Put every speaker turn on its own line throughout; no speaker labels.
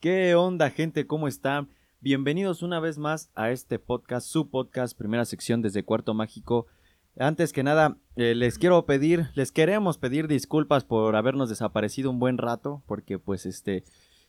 ¿Qué onda, gente? ¿Cómo están? Bienvenidos una vez más a este podcast, su podcast, primera sección desde Cuarto Mágico. Antes que nada, eh, les quiero pedir, les queremos pedir disculpas por habernos desaparecido un buen rato, porque pues este,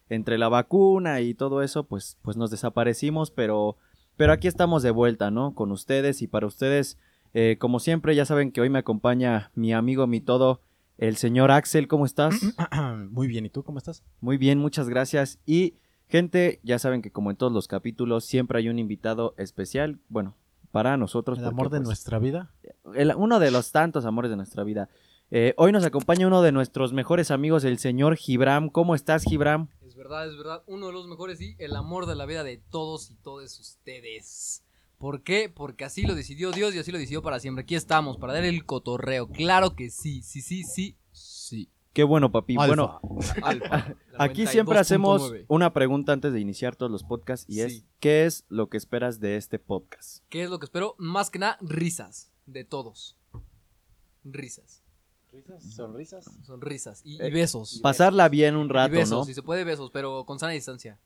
entre la vacuna y todo eso, pues, pues nos desaparecimos, pero, pero aquí estamos de vuelta, ¿no? Con ustedes y para ustedes, eh, como siempre, ya saben que hoy me acompaña mi amigo, mi todo, el señor Axel, ¿cómo estás?
Muy bien, ¿y tú cómo estás?
Muy bien, muchas gracias. Y gente, ya saben que como en todos los capítulos, siempre hay un invitado especial, bueno, para nosotros.
El
porque,
amor de
pues,
nuestra vida.
el- uno de los tantos amores de nuestra vida. Eh, hoy nos acompaña uno de nuestros mejores amigos, el señor Gibram. ¿Cómo estás, Gibram?
Es verdad, es verdad. Uno de los mejores y el amor de la vida de todos y todas ustedes. ¿Por qué? Porque así lo decidió Dios y así lo decidió para siempre. Aquí estamos, para dar el cotorreo. Claro que sí, sí, sí, sí, sí.
Qué bueno, papi.
Alfa.
Bueno,
Alfa, la
aquí siempre hacemos
92.9.
una pregunta antes de iniciar todos los podcasts y es,
Sí.
¿qué es lo que esperas de este podcast?
¿Qué es lo que espero? Más que nada, risas. De todos. Risas.
sonrisas.
Sonrisas. Y, y
Eh,
besos.
Pasarla bien un
Y
rato,
besos,
¿no?
si se puede, besos, pero con sana distancia.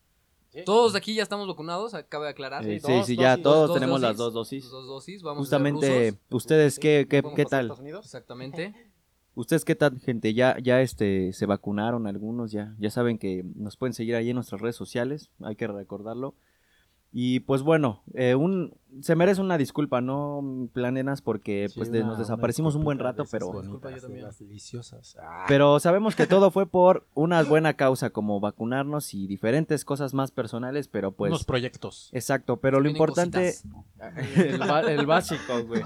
Todos de aquí ya estamos vacunados, acaba de aclarar.
Eh, sí,
dos
sí, ya
dosis.
todos
ah, Dos
tenemos las
dosis.
dos dosis.
Dos dosis, vamos a ser
Justamente,
rusos.
¿ustedes qué, qué, qué tal?
Exactamente.
¿Ustedes qué tal, gente? ¿Ya, ya este, se vacunaron algunos? Ya, ya saben que nos pueden seguir ahí en nuestras redes sociales, hay que recordarlo. Y pues bueno, eh, un, se merece una disculpa, ¿no, planenas? Porque pues de- nos desaparecimos un buen rato, pero,
bonitas, Disculpa, yo también. de las
deliciosas. Ah,
pero sabemos que todo fue por una buena causa, como vacunarnos y diferentes cosas más personales, pero pues...
Unos proyectos.
Exacto, pero lo
Vienen
importante...
cositas.
El, ba- el básico, güey.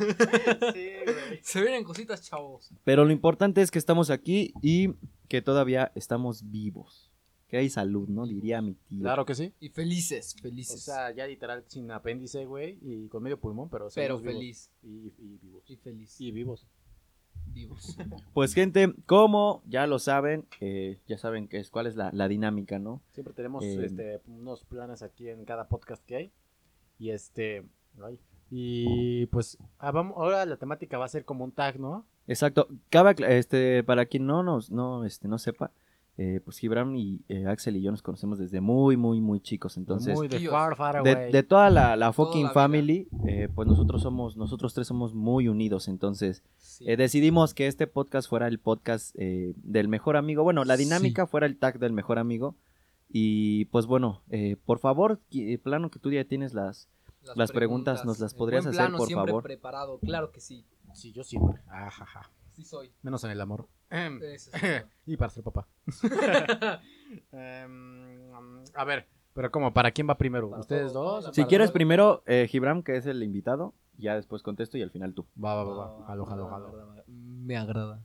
Se vienen cositas, chavos.
Pero lo importante es que estamos aquí y que todavía estamos vivos. Que hay salud, ¿no? Diría mi tío.
Claro que sí.
Y felices,
O
felices.
sea, ya literal sin apéndice, güey, y con medio pulmón, pero
pero
seguimos vivos.
feliz.
Y, y vivos.
Y feliz.
Y vivos.
vivos.
Pues gente, como ya lo saben, eh, ya saben que es, cuál es la, la dinámica, ¿no?
Siempre tenemos
Eh,
este, unos planes aquí en cada podcast que hay. Y este. ay. Y pues ah, vamos, ahora la temática va a ser como un tag, ¿no?
Exacto. Cabe acla- este, para quien no nos, no, este, no sepa, eh, pues Gibran y eh, Axel y yo nos conocemos desde muy, muy, muy chicos. Entonces,
Muy de
Tíos.
far, far
de,
away.
de toda la, la fucking
la vida.
family, eh, pues nosotros somos, nosotros tres somos muy unidos. Entonces,
Sí.
Eh, decidimos que este podcast fuera el podcast eh, del mejor amigo. Bueno, la dinámica fuera el tag del mejor amigo. Y pues bueno, eh, por favor, qui- eh, plano que tú ya tienes las. las preguntas nos las
En
podrías
buen
hacer,
plano,
por
siempre
favor.
preparado, claro que sí.
Sí, yo siempre. Ah, Ajaja.
Sí soy.
Menos en el amor. Em.
Ese es todo.
Y para ser papá. Em, a ver, pero como, ¿para quién va primero?
Para
¿Ustedes
todos,
dos?
para
Si
Perdón.
quieres, primero eh, Gibram, que es el invitado, ya después contesto y al final tú.
Va, va, va, va. Jalo, jalo, jalo.
Me agrada.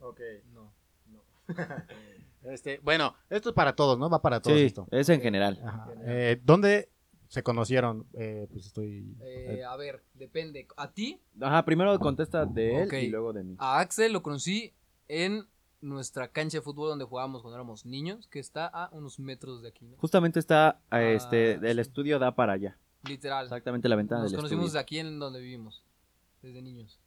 Ok.
No. no.
Este, bueno, esto es para todos, ¿no? Va para todos
sí,
esto.
es en general.
Ajá. Eh, ¿Dónde se conocieron? Eh, pues estoy...
Eh, a ver, depende. A ti,
Ajá, primero contesta de él
Ah, Ok. Ah.
y luego de mí.
a Axel lo conocí en nuestra cancha de fútbol donde jugábamos cuando éramos niños, que está a unos metros de aquí, ¿no?
Justamente está, eh,
Ah,
este, el
sí.
estudio da para allá.
Literal.
Exactamente la ventana
Nos
del
conocimos
estudio.
de aquí en donde vivimos, desde niños. Y-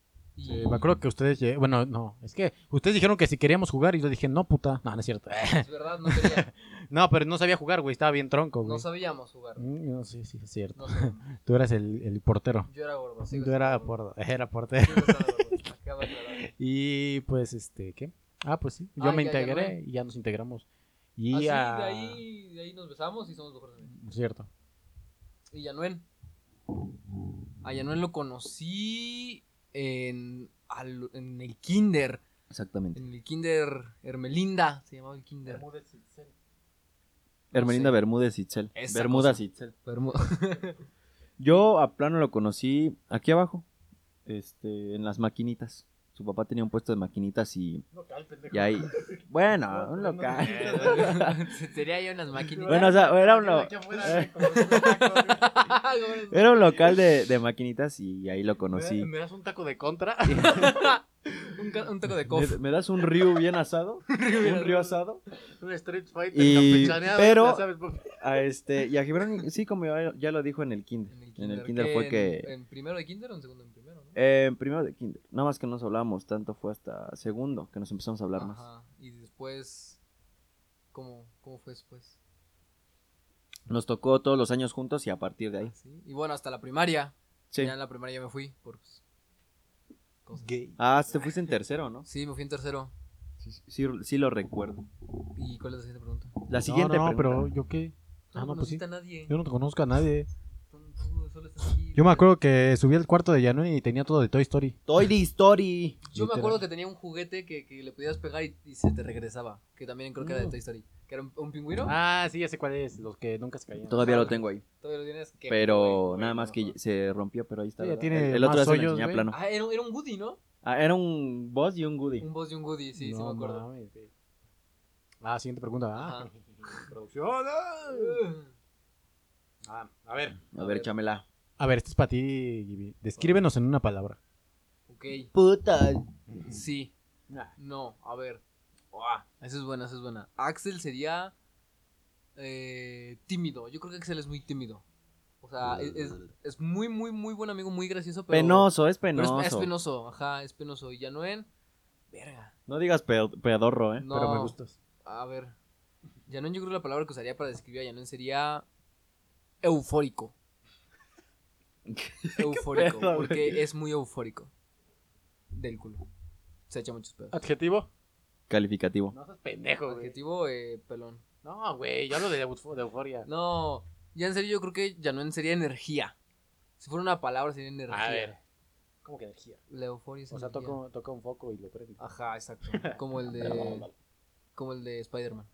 Eh, me acuerdo que ustedes... lle- Bueno, no. Es que ustedes dijeron que si queríamos jugar y yo dije, no, puta. No, no es cierto.
Es verdad, no, quería-
no, pero no sabía jugar, güey. Estaba bien tronco,
no
güey.
sabíamos jugar.
Mm, No, sí, sí, es cierto.
No sabíamos.
Tú eras el, el portero.
Yo era gordo. sigo
Yo era,
siendo gordo.
por, era portero.
Sigo siendo gordo, acaba de aclarar.
Y pues, este, ¿qué? Ah, pues sí, yo
Ah,
me
ya, ya
integré
no
y ya Ah, nos integramos. Y
Así, de
a...
ahí, de ahí nos besamos y somos mejores amigos.
Cierto.
Y Yanuen. A Yanuen lo conocí en, al- en el kinder.
Exactamente.
En el kinder Hermelinda. Se llamaba el kinder.
Hermelinda
sé.
Bermúdez Itzel.
Esa
Bermudas
cosa.
Itzel.
Bermuda.
Yo a plano lo conocí aquí abajo, este, en las maquinitas. Su papá tenía un puesto de maquinitas y, y ahí. Bueno, un local.
Eh,
Sería yo en las máquinas.
Bueno, o sea, era un, lo- Ah, era un local de, de maquinitas y ahí lo conocí.
¿Me das un taco de contra?
un, ca- un taco
eh,
de cof.
¿Me, me das un río bien asado? ¿Un río asado?
un Street Fighter
Y-
campechaneado,
pero-
ya sabes, pues. papi.
A este, y a Gibran, sí, como ya, ya lo dijo en el kinder. En el kinder fue
¿qué?
que...
¿En, en primero de kinder o en segundo en primero? ¿no?
eh, En primero de kinder. Nada más que no nos hablábamos tanto, fue hasta segundo que nos empezamos a hablar más.
Ajá, Y después. ¿Cómo, cómo fue después?
Nos tocó todos los años juntos y a partir de ahí.
Ah, Sí, Y bueno, hasta la primaria.
Sí.
Ya en la primaria ya me fui. Por, pues, cosas.
Gay.
Ah, te fuiste en tercero, ¿no?
Sí, me fui en tercero.
Sí, sí, sí lo recuerdo.
¿Y cuál es la siguiente pregunta?
La siguiente
no, no, pero
pregunta.
yo qué. Ah,
No,
no, pues sí.
conociste a nadie.
Yo no te conozco a nadie.
Tú- tú solo estás aquí.
Yo me acuerdo que subí al cuarto de Yanui y tenía todo de Toy Story.
Toy Story.
Yo me
Literal.
acuerdo que tenía un juguete que, que le podías pegar y, y se te regresaba. Que también creo que era de
Mm.
Toy Story. Que era un, un pingüino.
Ah, sí, ya sé cuál es. Los que nunca se caían.
Todavía lo tengo ahí.
Todavía lo tienes que.
Pero
güey,
nada más que
güey.
se rompió, pero ahí está.
Sí, ya
¿verdad?
tiene
el, el otro día
más
se lo
hoyos,
enseñé a
güey.
plano.
Ah, era, un- era un Woody, ¿no?
Ah, era un boss y un goodie.
Un boss y un Woody, sí, sí me acuerdo.
mames, güey. Ah, siguiente pregunta. Ah,
Ajá.
producción. Ah, a ver.
A ver, chamela.
A ver, este es para ti, Gibi. Descríbenos en una palabra.
Ok,
Puta.
sí.
Ah.
No, a ver. Uah, esa es buena, esa es buena. Axel sería eh, tímido. Yo creo que Axel es muy tímido. O sea, es, es- es muy, muy, muy buen amigo, muy gracioso, pero.
Penoso, es
pero es-
penoso.
es, penoso, ajá, es penoso. Y Yanuen, verga.
No digas pe- pedorro, ¿eh?
No,
Pero me gustas.
A ver. Yanuen, yo creo que la palabra que usaría para describir a Yanuen sería eufórico. eufórico,
pedo, güey?
porque es muy eufórico. Del culo. Se echa muchos
Ah,
pedos.
¿Adjetivo?
Calificativo.
No seas pendejo,
Adjetivo, eh, pelón.
No, güey, yo hablo de, eufo- de euforia.
No, ya en serio yo creo que Yanuen sería energía. Si fuera una palabra sería energía.
A ver. ¿Cómo que energía?
La euforia es
O sea,
energía.
toca, toca un foco y lo prende.
Ajá, exacto. Como el de como el de Spider-Man.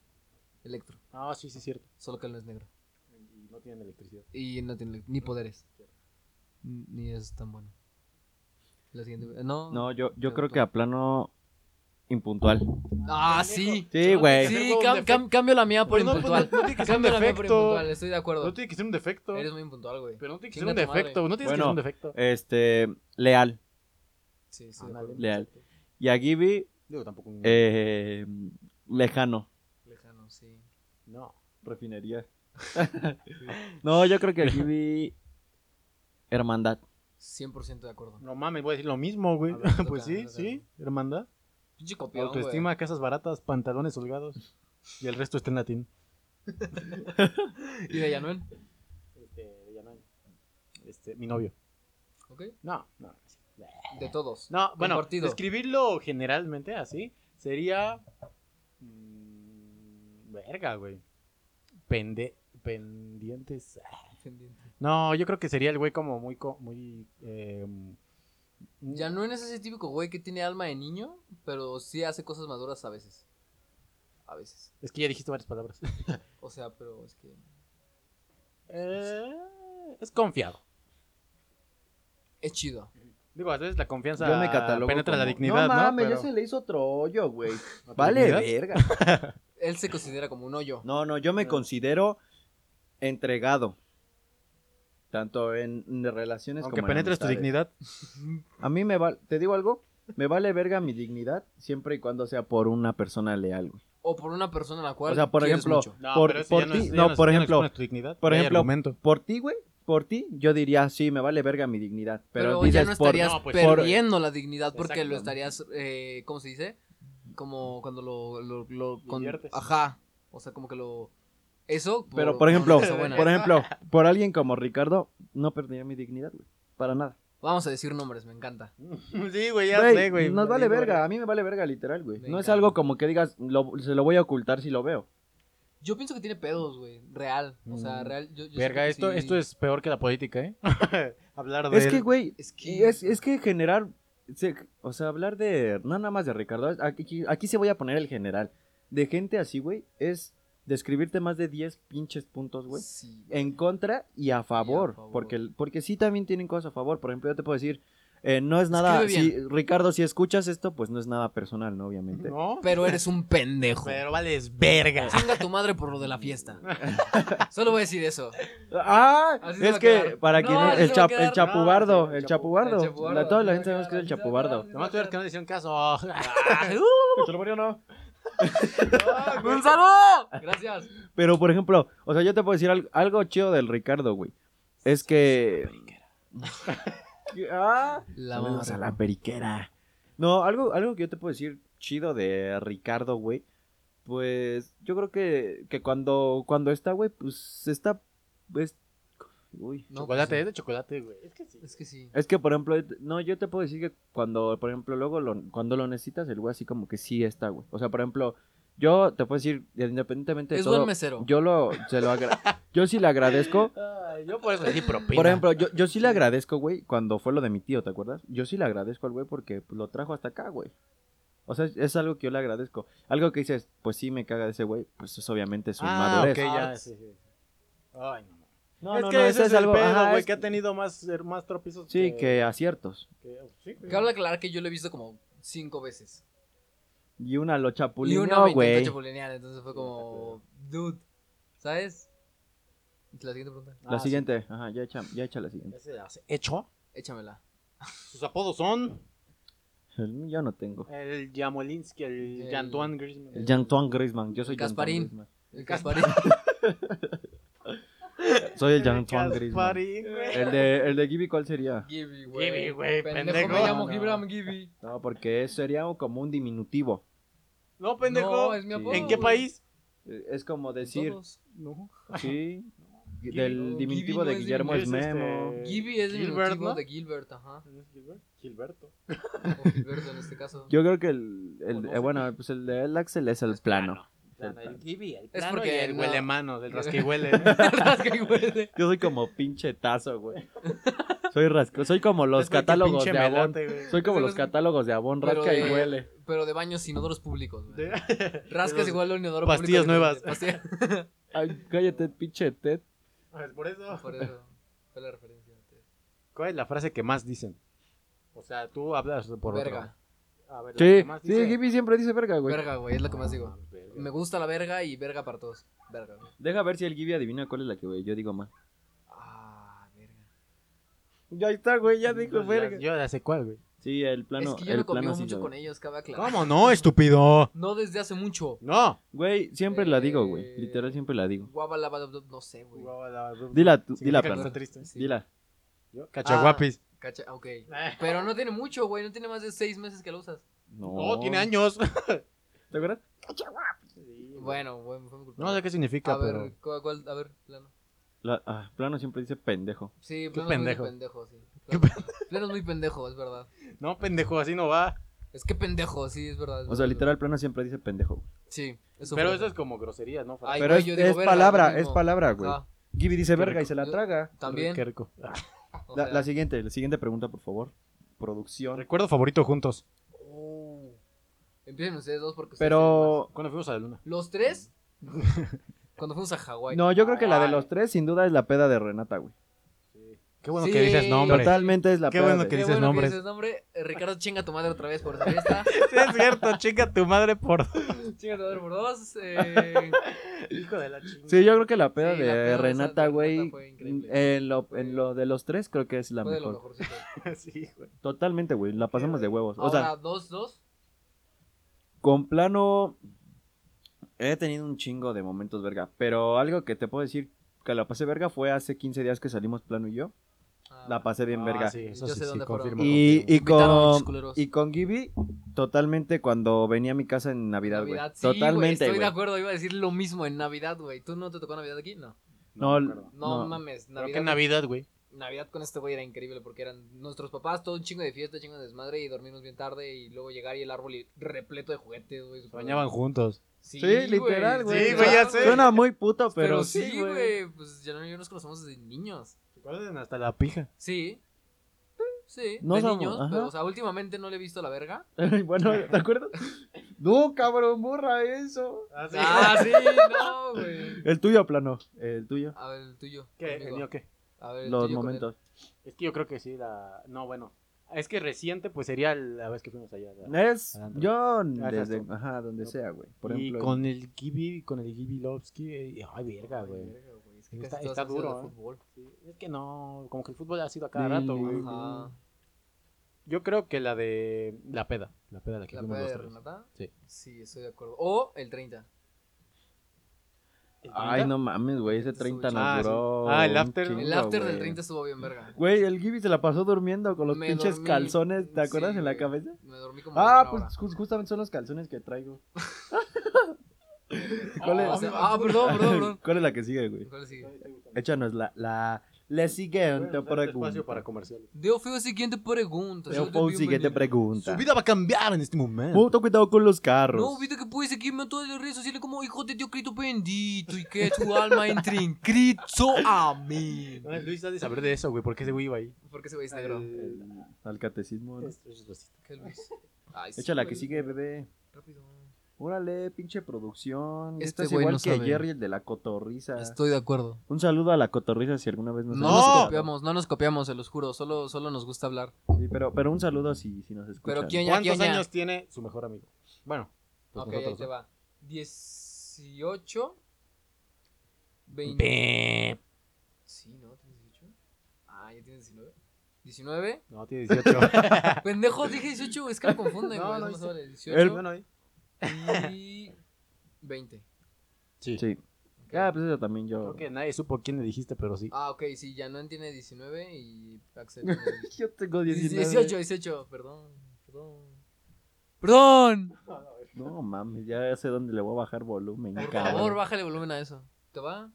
Electro,
Ah, sí, sí, es cierto.
solo que él no es negro
Y no tienen electricidad.
y no tiene ni poderes. Ni es tan bueno. La siguiente, no.
No, yo, yo creo que a plano impuntual.
Ah, sí.
Sí, güey.
Sí,
Tengo un
cam-
defecto.
cam- cambio la mía por
No, pues,
impuntual.
no tiene que ser un
Cambio la mía por
defecto.
impuntual, estoy de acuerdo.
No tiene que ser un defecto.
Eres muy impuntual, güey.
Pero no tiene que ser un
Chinga tu madre.
defecto. No tienes que
Bueno,
ser un defecto.
Este, leal.
Sí, sí. de
Ándale.
acuerdo.
Leal. Y a Gibby,
Digo, tampoco un...
eh, lejano.
Lejano, sí.
No.
Refinería. no, yo creo que a Gibby, hermandad.
100% de acuerdo.
No mames, voy a decir lo mismo, güey.
A ver, toca,
pues sí,
toca.
sí, hermandad.
Pinche copión, güey.
Autoestima, casas baratas, pantalones holgados. Y el resto está en latín.
Y de Yanuen.
Este, ya no. Este, mi novio.
¿Ok?
No, no.
De todos.
No, bueno,
Compartido.
describirlo generalmente así sería. mm, verga, güey. Pende, pendientes. No, yo creo que sería el güey como muy. co- muy eh,
Yanuen es ese típico güey que tiene alma de niño, pero sí hace cosas maduras a veces. A veces.
Es que ya dijiste varias palabras.
O sea, pero es que.
Eh, es confiado.
Es chido.
Digo, a veces la confianza
Yo me catalogo
penetra la
como-
dignidad, ¿no? Pero-
le hizo otro hoyo, güey.
¿La
Vale,
dignidad?
verga.
Él se considera como un hoyo.
No, no, yo me
No.
considero entregado. Tanto en, en relaciones
Aunque
como eh. en
penetres tu
amistades.
dignidad.
A mí me vale, te digo algo, me vale verga mi dignidad siempre y cuando sea por una persona leal, güey.
O por una persona a la cual.
O sea, por
quieres
ejemplo,
mucho.
Por-
pero eso
por
ya
ti-
es- ya
no,
es-
por
ya
ejemplo,
expones tu dignidad.
por
ya hay
ejemplo,
argumento.
Por ti, güey, por ti, yo diría, sí, me vale verga mi dignidad. Pero,
Pero, ya
dices,
no
por,
estarías
No, pues,
por-
perdiendo la dignidad porque lo
Exactamente.
estarías, eh, ¿cómo se dice? Como cuando lo... lo, lo- con-
Inviertes.
ajá. O sea, como que lo... Eso...
pero por ejemplo,
no está bueno.
por ejemplo, por alguien como Ricardo, no perdería mi dignidad, güey. Para nada.
Vamos a decir nombres, me encanta.
sí, güey, ya
Güey,
sé, güey.
Nos vale
Digo,
verga, a mí me vale verga literal, güey.
Me
No es
encanta.
algo como que digas, lo- se lo voy a ocultar si lo veo.
Yo pienso que tiene pedos, güey. Real. O sea,
Mm.
real. Yo, yo
Verga,
siento que
esto,
sí.
esto es peor que la política, ¿eh? Hablar de
Es
él.
que, güey,
Es
Y
que...
es, es que generar, se- o sea, hablar de, no nada más de Ricardo, aquí, aquí se voy a poner el general, de gente así, güey, es describirte más de 10 pinches puntos, güey,
Sí, güey.
en contra y a favor,
favor.
porque el- porque sí también tienen cosas a favor, por ejemplo, yo te puedo decir, eh, no es nada,
Escribe
si, Ricardo, si escuchas esto, pues no es nada personal, ¿no? Obviamente.
No,
Pero eres un pendejo.
pero vales verga.
Chinga tu madre por lo de la fiesta. Solo voy a decir eso.
Ah,
Así se va
es
a
que
quedar.
para
No,
quien
así
el,
se va a
chap-
quedar.
el chapubardo,
No, sí,
el
el
chapubardo,
El chapubardo.
La- toda la
Así
gente
se va a
sabemos que es el
quedar, así se va a
chapubardo.
quedar.
Nomás tuvieron que no le hicieron caso. pues Ah,
¡Uh!
¡Un saludo! Gracias.
Pero, por ejemplo, o sea, yo te puedo decir al- algo chido del Ricardo, güey. Es que. ah,
La
saludos a
madre.
la periquera. No, algo, algo que yo te puedo decir chido de Ricardo, güey. Pues yo creo que, que cuando, cuando está, güey, pues está... pues, uy.
No,
chocolate,
pues,
es de chocolate, güey. Es que sí.
Es que sí.
Es que, por ejemplo, no, yo te puedo decir que cuando, por ejemplo, luego lo- cuando lo necesitas, el güey así como que sí está, güey. O sea, por ejemplo, yo te puedo decir, independientemente de
Es
todo,
buen mesero.
yo lo, se lo agra- yo sí le agradezco.
Ay, yo por eso sí propina.
Por ejemplo, yo, yo sí le agradezco, güey, cuando fue lo de mi tío, ¿te acuerdas? Yo sí le agradezco al güey porque pues, lo trajo hasta acá, güey. O sea, es, es algo que yo le agradezco. Algo que dices, pues sí me caga de ese güey, pues es obviamente su
ah, ok,
inmadurez.
ya, sí, sí. Ay, no.
No,
es
no,
que
no,
ese
eso
es,
es
el
algo-
pedo,
ajá,
güey,
es-
que ha tenido más, er- más tropizos.
Sí, que aciertos.
que- oh, sí, güey.
Cabe aclarar que yo lo he visto como cinco veces.
Y una lo
y uno me
chapulineó,
intentó
güey.
chapulinear, entonces fue como, dude, ¿sabes? La siguiente pregunta,
La
Ah, sí.
siguiente, ajá, ya echa, ya echa la siguiente.
Ese hace- Hecho.
échamela.
Sus apodos son
Yo no tengo.
el Yamolinsky, el,
El-
Yantuan Griezmann.
El Antoine Griezmann, yo soy
Gasparín.
Antoine
El Gasparín.
Griezmann. Soy el Antoine Griezmann.
Gasparín, güey.
El de, el de Gibby, ¿cuál sería?
Gibby, güey.
Gibby, güey, pendejo.
Me llamo
No.
Gibram Gibby.
No, porque sería como un diminutivo.
No, pendejo.
No, es mi
Sí.
apodo,
¿En qué
güey.
país?
Eh, Es como
En
decir,
todos.
No.
sí,
Gibby,
del
no,
diminutivo
Gibby
de
no es
Guillermo es
diminutivo, es
Memo.
este-
Gibby es el
Gilbert,
motivo
¿no?
de Gilbert, ajá.
Gilberto.
O Gilberto en este caso.
Yo creo que el, el-
O no
eh,
sé.
bueno, pues el de el Axel es el plano.
Plano, el Gibby, el
Es
plano
porque
y el
no-
huele manos, el rasquihuele.
Las que huele.
Yo soy como pinche tazo, güey. Soy rasco, soy como los
Es porque el
catálogos
pinche
de Avon.
melote, güey.
Soy como
Ese
los
güey es-
catálogos de Avon,
Pero
rasca
de-
y huele.
Pero de baños inodoros públicos, güey.
De-
Rascas igual un inodoro
Pastillas
público
nuevas.
diferente. Pastillas.
Ay, cállate, pinche Ted.
Pues por eso.
Por eso fue la referencia.
¿Cuál es la frase que más dicen? O sea, tú hablas por
verga.
otro. A ver, la
Sí,
que más
sí,
dicen.
Gibby siempre dice verga, güey.
Verga, güey, es lo que más digo.
Ah, verga.
Me gusta la verga y verga para todos. Verga, güey.
Deja ver si el Gibby adivina cuál es la que güey, yo digo más.
Ah, verga.
Ya está, güey, ya
Yo
dijo
ya-
verga.
Yo ya sé cuál, güey.
Sí, el plano.
es que yo
el
no convivo
plano sí
mucho
lo-
con ellos, cabe aclarar.
¿Cómo no, estúpido?
No desde hace mucho.
No.
Güey, siempre la digo, güey.
Eh,
Literal, siempre la digo.
Guava, lava, do- do- no sé, güey.
Dila, tú,
Significa
dila,
que
plano.
está triste.
Sí.
Dila.
Yo- Cachaguapis.
Cacha, ah, ok.
Eh,
Pero no tiene mucho, güey. No tiene más de seis meses que lo usas.
No,
No, tiene años.
¿Te acuerdas?
Bueno, bueno, fue mi culpa.
No sé qué significa,
A
pero.
ver, ¿cuál, cuál- A ver, plano.
La- ah, plano siempre dice pendejo.
Sí,
Qué
plano es muy
pendejo.
pendejo, sí.
Qué
Plano, Plano es muy pendejo, es verdad.
No, pendejo, así no va.
Es que pendejo, sí, es verdad. es
O sea,
verdad.
literal, plano siempre dice pendejo. güey.
Sí, eso
Pero
fue.
eso es como grosería, ¿no?
Ay,
Pero
güey,
es,
yo digo
es
verga, lo
palabra,
mismo.
es palabra, güey.
Ajá,
Gibby dice
Qué
verga y
rico.
se la
Yo-
traga.
Ah, también.
Qué rico.
o
La,
sea,
la siguiente, la siguiente pregunta, por favor. Producción.
Ah, Recuerdo favorito juntos.
oh. Empiecen ustedes dos porque ustedes tienen
Pero.
Cuando fuimos a la luna.
más. Los tres. Cuando fuimos a Hawái.
No, yo creo que la de
Ay.
los tres, sin duda, es la peda de Renata, güey.
Qué bueno
Sí.
que dices nombre.
Total.
Totalmente es la
Qué
peda.
bueno
de-
que
Qué
dices
bueno
nombres.
dices nombre. Eh, Ricardo, chinga tu madre otra vez por esta fiesta.
Sí, es cierto, chica, tu madre por.
chinga tu madre por dos. eh,
Hijo de la chingada.
Sí, yo creo que la peda
pues, Sí,
de
la peda de esa-
Renata,
de
güey.
Renata fue increíble.
En lo, en lo de los tres, creo que es la
fue de lo
mejor.
mejorcito.
Sí, güey.
Totalmente, güey. La pasamos de huevos. O sea,
Ahora, dos, dos.
con plano. He tenido un chingo de momentos, verga. Pero algo que te puedo decir que la pasé verga fue hace 15 días que salimos plano y yo.
Ah,
La pasé bien
Ah,
verga.
Sí, eso
Yo
sí,
sé
sí,
dónde fueron.
confirmo.
Y, y
Invitaron,
con,
culeros.
y con Gibby, totalmente cuando venía a mi casa en Navidad, güey.
Navidad, sí, güey,
totalmente,
Estoy de
güey.
acuerdo, iba a decir lo mismo en Navidad, güey. ¿Tú no te tocó Navidad aquí? No.
No,
No,
No.
mames,
Creo
Navidad.
que en Navidad, güey.
Navidad con este güey era increíble porque eran nuestros papás, todo un chingo de fiesta, chingo de desmadre y dormirnos bien tarde y luego llegar y el árbol y- repleto de juguetes, güey. super-
Bañaban juntos.
Sí,
Sí, literal, güey.
Sí, güey, ya
literal,
sé.
Suena muy puto,
Pero,
pero,
sí, güey. Pues ya no, yo nos conocemos desde niños.
Recuerden hasta la pija.
Sí. Sí,
No
de
somos-
niños,
ajá.
pero o sea, últimamente no le he visto la verga.
bueno, ¿te acuerdas? No, cabrón, borra eso.
Ah, sí, no, güey.
El tuyo, plano. El tuyo.
A ver, el tuyo.
¿Qué? ¿El
conmigo.
mío qué?
A ver, el
Los
tuyo con él.
momentos.
Es que yo creo que sí, la. No, bueno. Es que reciente, pues sería la vez que fuimos allá. la-
Es
Adentro.
yo
Gracias,
desde
tú.
ajá, donde sea, güey. Por
y
ejemplo,
con el Gibi, con el Gibi Lovsky. eh, Ay, verga,
Ay,
güey.
verga, güey, Es que
Está-
casi todas
está
han sido de
duro, ¿eh?
fútbol.
Sí, Es que no, como que el fútbol ha sido a cada
Dile.
rato, güey.
Ajá.
Yo creo que la de. La peda. La peda, la que
La
fuimos
peda
los
de
tres.
Renata.
Sí.
Sí, estoy de acuerdo. O el 30.
Ay, no mames, güey, ese
Estuvo
30 nos
chido. Ah, sí.
duró.
Ah, el
un
after.
chingo,
El after del
güey.
30 estuvo bien verga.
Güey, el Gibby se la pasó durmiendo con los
Me
pinches
dormí.
calzones, ¿te acuerdas?
Sí,
en la
güey.
cabeza.
Me dormí como
Ah,
una
pues
hora.
ju- justamente son los calzones que traigo. ¿Cuál es?
O sea, ah, perdón, perdón, perdón.
¿Cuál es la que sigue, güey?
¿Cuál sigue?
Échanos la, la, la siguiente
espacio para
pregunta.
comerciales.
Deo fue siguiente pregunta.
Yo pongo siguiente pregunta.
va a cambiar en este momento.
Mucho cuidado con los
No,
carros.
viste que puedes seguirme en todas las redes sociales como hijo de Dios Cristo bendito y que tu alma entre en Cristo. Amén.
Ah, Luis ha de saber de eso, güey, porque ese güey iba ahí.
¿Por qué se veis Este, negro?
Al catecismo. ¿no?
¿Qué Luis? Ay, sí,
Échala que
güey.
sigue, bebé.
Rápido.
Órale, pinche producción.
Este
Esto es
güey
igual
no
que
sabe.
Jerry, el de la cotorriza.
Estoy de acuerdo.
Un saludo a la cotorriza si alguna vez nos
No,
han escuchado.
nos copiamos, no nos copiamos, se los juro. Solo, solo nos gusta hablar.
Sí, pero, pero un saludo si, si nos escuchan.
Pero ¿quién
¿Cuántos años tiene su mejor amigo? Bueno, pues
Ok, ahí
nosotros.
te
¿no?
va. 18. 20.
Pe-
Sí, ¿no? ¿Tienes 18? Ah, ya tienes 19. 19.
No, tiene 18.
Pendejo, dije 18, es que me confunden,
No,
güey.
no,
No,
dice-
vale, 18
El-
bueno, ahí.
y 20.
Sí.
Sí.
Ok.
Ah, pues eso también yo.
Creo que nadie supo quién le dijiste, pero sí.
Ah, ok, sí, Yanón tiene 19 y Axel tiene
Yo tengo 19.
18, 18, perdón, perdón. ¡Perdón!
No mames, ya sé dónde le voy a bajar volumen.
Por
cabrón.
favor, bájale volumen a eso. ¿Te va?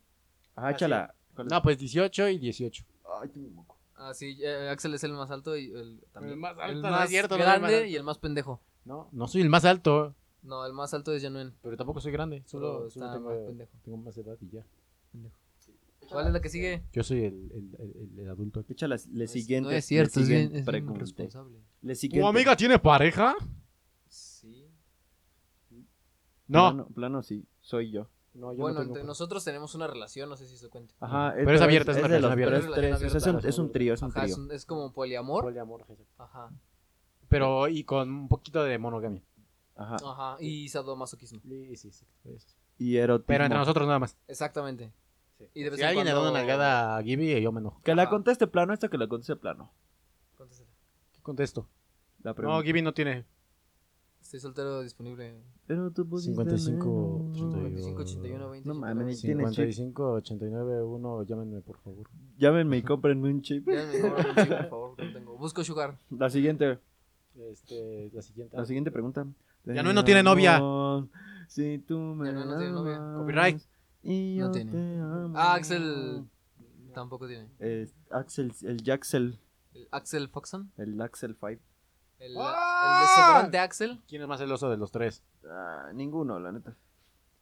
Ah, échala. ¿Cuál es?
No, pues 18 y 18.
Ay, tengo un moco.
Ah, sí, eh, Axel es el más alto y el, también.
El más alto,
el
no es
más
cierto, no es el más
grande
alto.
y el más pendejo.
No, no soy el más alto,
No, el más alto es Yanuen.
pero tampoco soy grande.
Solo
Oh,
Solo,
está
solo
más
tengo,
pendejo.
tengo más edad y ya.
¿Cuál es la que sigue? Pues,
Yo soy el, el, el, el adulto aquí.
Échala, le siguiente.
No es cierto,
le
es bien,
siguiente
es bien
pregunta.
irresponsable.
Le siguiente.
¿Tu amiga tiene pareja?
Sí.
No.
Plano, plano sí, soy yo.
No,
bueno, entre nosotros tenemos una relación, no sé si se cuenta.
Ajá,
Pero es abierta, es una
de los-
relación
pero
abierta.
es tres, o sea, es un- es un trío, es un
Ajá, es,
trío.
un- es como poliamor. Ajá,
Pero y con un poquito de monogamia.
Ajá.
ajá, y sadomasoquismo.
Sí, sí, sí. eso.
Y erotismo.
Pero entre nosotros nada más.
Exactamente. Y de vez
si
en
alguien le da
cuando-
una nalgada a Gibby, yo me enojo.
Que la
Ajá.
conteste plano, esta que la conteste plano.
Contéstale.
¿Qué contesto?
La
No,
pregunta.
Gibby no tiene.
Estoy soltero, disponible.
Pero tú pusiste
55,
menos.
25, 81, 20.
No mames, ni-
55, 89, 1, llámenme por favor.
Llámenme y cómprenme un chip.
por favor, no tengo. Busco Sugar.
La siguiente,
Este, la siguiente.
la siguiente pregunta.
Ya no- no tiene novia.
Si tú me
Ya no- no tiene novia.
amas
Copyright.
y yo
No tiene.
te amo.
Ah, Axel. Tampoco tiene.
Eh, Axel, el Jaxel,
El Axel Foxon.
el Axel Five.
El,
¡Ah!
el desodorante Axel.
¿Quién es más celoso de los tres?
Ah, ninguno, la neta.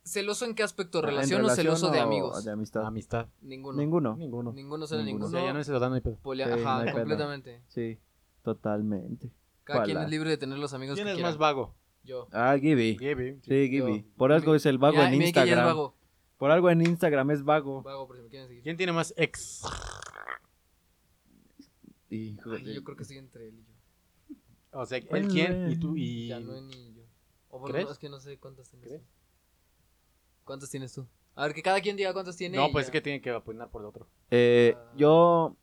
¿Celoso en qué aspecto?
Ah, ¿En
¿Relación o celoso de
o
amigos?
de amistad.
Amistad.
Ninguno.
Ninguno.
Ninguno.
Ninguno será
Ninguno.
ninguno.
O sea, ya no se lo dan, no hay pedo.
Polia-
Sí, no
Ajá,
hay pedo.
completamente.
Sí, totalmente.
Cada
Ojalá.
quien es libre de tener los amigos
¿Quién
que
es
quiera.
más vago?
Yo.
Ah, Gibby.
Gibby.
Sí, Gibby.
Yo.
Por algo es el vago
Ya,
en
Mickey ya es
Instagram.
vago.
Por algo en Instagram es vago.
Vago, por si me quieren seguir.
¿Quién tiene más ex?
Hijo
Ay,
de-
yo creo que estoy entre él y yo.
O sea,
Él,
él quién
güey.
y tú y
Ya no es ni yo. O bueno,
¿Crees?
no, es que no sé cuántas tienes.
¿Crees?
¿Cuántas tienes tú? A ver, que cada quien diga cuántas tiene.
No,
y
pues
ya.
es que tienen que apuntar por el otro.
Eh,
Ah.
yo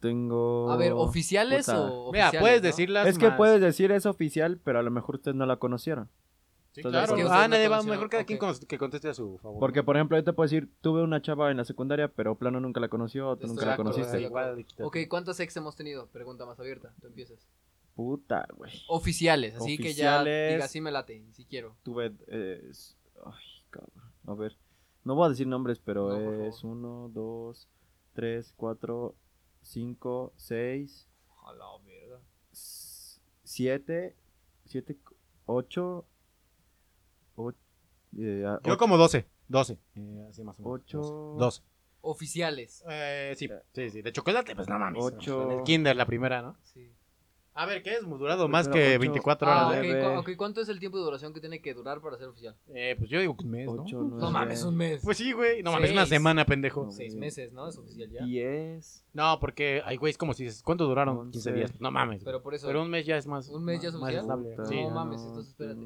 tengo.
A ver, ¿oficiales
Oh, puta.
o
Mira,
oficiales?
puedes
no?
decirlas
Es que
más.
puedes decir es oficial, pero a lo mejor ustedes no la conocieron.
Sí,
Entonces,
claro.
es que
ustedes
ah,
no
nadie va.
conocieron,
Mejor cada
ok.
quien con- que conteste a su favor.
Porque, por ejemplo, yo te puedo decir, tuve una chava en la secundaria, pero plano nunca la conoció, tú
Estoy
nunca
de
la
acuerdo,
conociste.
estoy de acuerdo.
Igual, quítate.
Ok, ¿cuántas ex hemos tenido? Pregunta más abierta. Tú empiezas.
Puta, güey.
Oficiales, así que ya
Oficiales.
diga, sí me late, sí quiero.
Tuve. eh, es- Ay, cabrón. A ver. No voy a decir nombres, pero
No, por
es uno, dos, tres, cuatro, cinco, seis,
A la verga.
s- siete, siete, ocho, o- eh, a-
Yo como 12. 12. Eh, así más o menos.
Ocho.
12.
Oficiales.
Eh, sí, sí, sí. De chocolate, pues no mames.
Ocho.
El Kinder, la primera, ¿no?
Sí.
A ver, ¿qué es? Durado
más
más
Pero que
que
ocho. 24
24
horas,
Ah,
horas.
de-
ok,
debe-
cu- ok, ¿cuánto es el tiempo de duración que tiene que durar para ser oficial?
Eh, pues yo digo que un mes, ¿no?
8,
No mames, un mes.
Pues sí, güey. No mames, una
Seis.
semana, pendejo.
No.
Seis meses, ¿no? Es oficial ya.
10.
No, porque, ay, güey, es como si dices, ¿cuánto duraron?
Once.
15 días. No mames. Pero,
Pero por eso.
un mes ya es más.
¿Un mes ya es
más
oficial?
estable.
Puta.
Sí.
No mames, entonces espérate.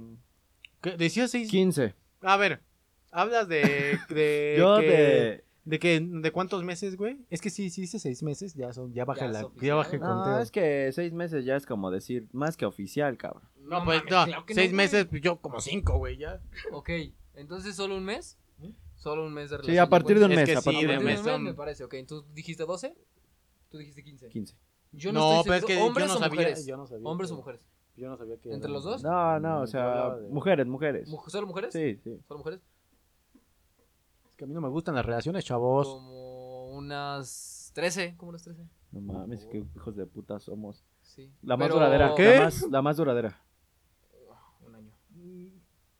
¿Qué? Decías seis.
15.
A ver, hablas de. de
Yo
que-
de.
¿De que ¿De cuántos meses, güey? Es que sí, si dice seis meses, ya son, ya baja
Ya
la,
es
ya
oficial.
baja el
No,
conteo.
No, es que 6 meses ya es como decir, más que oficial, cabrón.
No, pues
mames,
no,
claro que no,
seis
güey.
meses, pues, yo como cinco, güey, ya.
Ok, entonces solo un mes.
¿Mm?
Solo un mes de relación.
Sí, a partir de un
Es
mes,
que
a
sí,
partir
de
de un mes.
mes.
mes
son-
me parece. Ok, entonces dijiste 12. Tú dijiste 15.
15.
Yo no, estoy
pero es
seguro.
que
¿Hombres
yo no
o
sabía,
mujeres?
yo no sabía.
¿Hombres o
pero-
mujeres?
Yo no sabía que.
¿Entre
eran-
los dos?
No, no, o
Yo
sea,
hablaba de-
mujeres, mujeres.
Mu- ¿Solo mujeres?
Sí, sí.
¿Solo mujeres?
Es que a mí no me gustan las relaciones, chavos.
Como unas 13, como unas 13.
No mames, qué hijos de puta somos.
Sí.
La más
Pero-
duradera.
¿Qué?
La más, la más duradera.
Un año.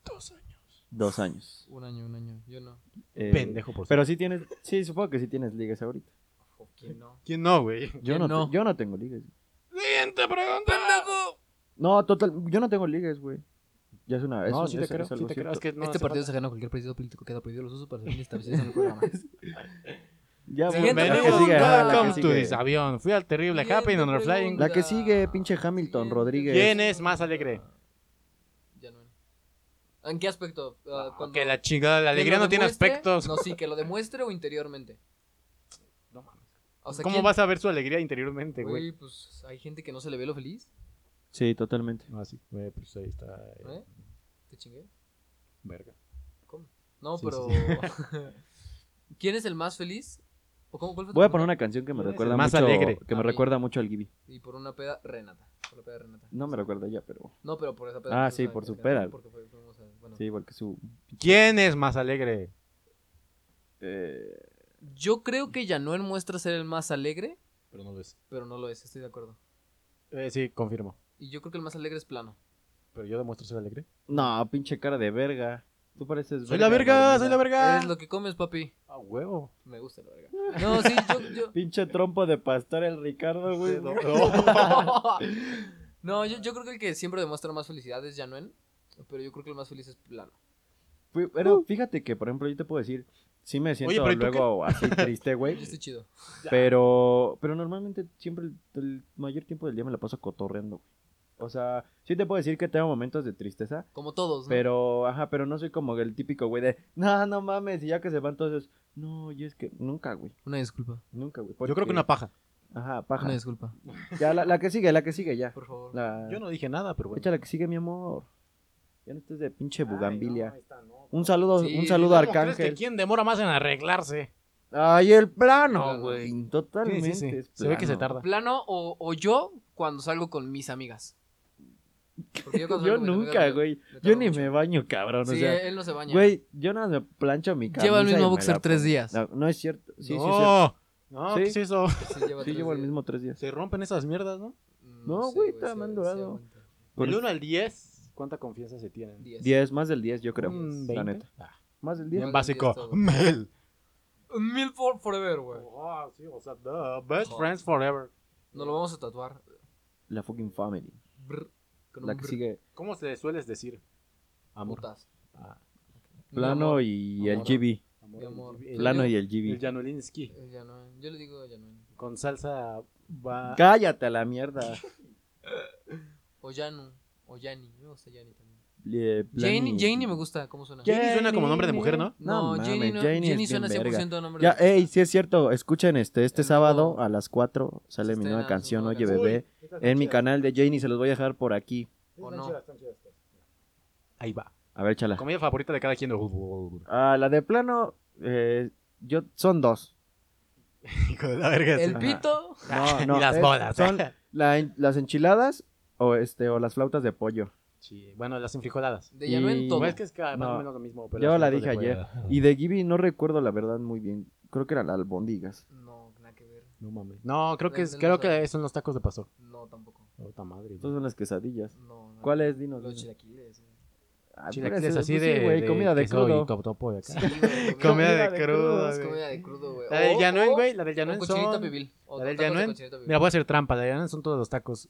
Dos años.
Dos años.
Un año, un año. Yo no.
Eh,
Pendejo, por
Pero sí tienes, sí, supongo que sí tienes ligues ahorita.
¿O quién no?
¿Quién Eh, no, güey?
Yo
Yo
no,
no.
te- yo no tengo ligues.
Siguiente pregunta.
¡Pendejo!
No, total, yo no tengo ligues, güey. Ya Ah, es una vez.
No, sí te creo,
es
sí
algo
te creo. Es
cierto.
que no
este
hace
partido
falta.
se ganó cualquier partido político que queda prohibido los usos para ser establecidos en el programa.
Ya,
Siguiente
bueno, la que
pregunta.
sigue, ajá, la que
Welcome to
sigue.
this avión. Fui al terrible
Siguiente
Happy on our flying.
pregunta.
La que sigue, pinche Hamilton
Siguiente Ah,
Rodríguez.
¿Quién es más alegre?
Ya no. ¿En qué aspecto? Ah, cuando-
Que la chingada, la
que
alegría
lo
no tiene
demuestre-
aspectos.
No, sí, que lo demuestre o interiormente.
No mames.
O sea,
¿Cómo
¿quién-
vas a ver su alegría interiormente, güey?
Güey, pues hay gente que no se le ve lo feliz.
Sí, totalmente.
No, sí. Güey, pues ahí está. eh,
¿Eh? ¿Te chingué?
Verga.
No,
Sí,
pero. ¿Quién es el más feliz? ¿O cómo, cuál fue tu
Voy a poner
pregunta?
una canción que me
Eres el
recuerda
más
mucho,
alegre.
que me
A mí.
recuerda mucho al Gibi.
Y por una peda, Renata. Por la peda, Renata.
No me recuerda ya, pero
No, pero por esa peda.
Ah,
nosotros
sí,
saben
por
que
su
ganamos
peda.
porque fue- fuimos a- bueno.
sí, igual que su
¿Quién es más alegre?
eh,
Yo creo que Yanuel muestra ser el más alegre,
Pero no lo es.
pero no lo es, estoy de acuerdo.
Eh, sí, confirmo.
Y yo creo que el más alegre es plano.
Pero yo demuestro ser alegre.
No, pinche cara de verga. Tú pareces
Soy la verga,
gordita.
soy la verga.
Eres lo que comes, papi.
Ah, huevo.
Me gusta la verga. No, sí, yo. yo...
Pinche trompo de pastor el Ricardo, güey.
no, yo, yo creo que el que siempre demuestra más felicidad es Yanuel, pero yo creo que el más feliz es plano.
Fui- Pero fíjate que, por ejemplo, yo te puedo decir, sí me siento
pero ¿y tú
luego así triste, güey.
Yo estoy chido.
Pero, pero normalmente siempre el, el mayor tiempo del día me la paso cotorreando, güey. O sea, sí te puedo decir que tengo momentos de tristeza,
Como todos, ¿no?
pero, ajá, pero no soy como el típico güey de, no, no mames, y ya que se van todos, esos, no, y es que nunca, güey,
Una disculpa.
nunca, güey.
Yo creo que
porque-
una paja.
Ajá, paja.
Una disculpa.
Ya, la, la que sigue, la que sigue, ya.
Por favor.
La...
ah, Yo no dije nada, pero bueno.
Echa la que sigue, mi amor. Ya no estés de pinche bugambilia.
Un
Un saludo,
Sí,
un saludo a
¿Cómo crees
Arcángel.
que quién demora más en arreglarse?
Ay, el plano,
Plano.
güey. Totalmente.
Sí, sí, sí.
es
Se ve que se
plano.
tarda.
Plano o, o yo cuando salgo con mis amigas. Porque cuando
Yo
salgo con mis
nunca,
amigas,
güey.
me tardo
Yo ni
mucho.
me baño, cabrón.
Sí, eh,
o sea,
él no se baña.
güey, yo nada más me plancho mi camisa.
Lleva
y
el
me
mismo
la
boxer tres
pongo.
días.
No, no es cierto. Sí, sí, es cierto.
no, no,
Sí.
¿qué es eso?
Sí, lleva
Sí,
tres
llevo el
días. Mm,
mismo tres días.
Se rompen esas mierdas, ¿no?
No,
sé,
güey, está
se-
mal
se
durado.
aguanta.
Por
Del 1 al 10, ¿cuánta confianza se tienen?
Diez.
Diez, más del diez, yo creo.
Un
La
20.
neta.
Ah.
Más del diez.
Bien
Diez. Diez
básico.
todo.
Mel.
Mil for forever, güey.
Oh, sí, o sea, duh, best
Joder.
friends forever.
Nos lo vamos a tatuar.
La fucking family.
Brr, con un
La que
brr.
sigue.
¿Cómo se le sueles decir?
Putas.
Ah,
Mi
Plano
amor.
y el
Amor.
GB.
amor,
Mi amor.
el-
Plano
yo-
y el
El
GB.
Janulinski.
Eh, ya no, Yo le digo ya no.
Con salsa va...
Cállate a la mierda.
O Yanu. O Yani. Me gusta Yani también.
Le-
Janie,
Plani-
Janie me gusta. ¿Cómo suena?
Janie suena como nombre de
Janie.
mujer, ¿no?
No,
mames,
Janie no.
Janie es
Janie
bien
suena
verga.
100% nombre
Ya,
de mujer.
ey, sí es cierto, escuchen este, este
El
sábado
nuevo-
a las 4 sale mi
Estrena
nueva
su
canción,
nueva
Oye
canción.
Bebé, en mi canal de Janie, se los voy a dejar por aquí.
¿O no?
Ahí va.
A ver, chala.
Comida favorita de cada quien.
Ah, la de plano, eh, yo, son dos.
Hijo de la verga. sí.
El pito.
No, no,
y las
es-
bodas.
Son la en- las enchiladas o, este, o las flautas de pollo.
Sí, bueno, las enfrijoladas.
De Yanuel
Y-
todo.
Pues es que es cada- más
No.
o menos lo mismo. Pero
Yo
las
la
flautas
dije
de
ayer.
fuera.
Y de Gibby no recuerdo la verdad muy bien, creo que eran las albóndigas.
No, nada que ver.
No mames. No, creo que, es-
Del- del
creo que
pasado.
son los tacos de paso.
No, tampoco.
Puta madre.
Estas son las quesadillas.
No, no.
¿Cuál es? Dinos.
Los
dinos.
chilaquiles. güey.
Ah, pero
Chilaquiles
ese-
así
pues sí,
de,
güey,
de
comida de
queso
crudo.
y topopo de acá.
Sí, güey,
Comida
Comida
de
de
crudo,
crudos,
Es
güey.
comida de crudo, güey.
La del
O-
Yanuen,
o-
güey, Oh, la del Yanuen
O cochinita
son...
pibil. O
la del
tacos de
Yanuen-
cochinita pibil.
Mira, voy a hacer trampa. La del Yanuen son todos los tacos.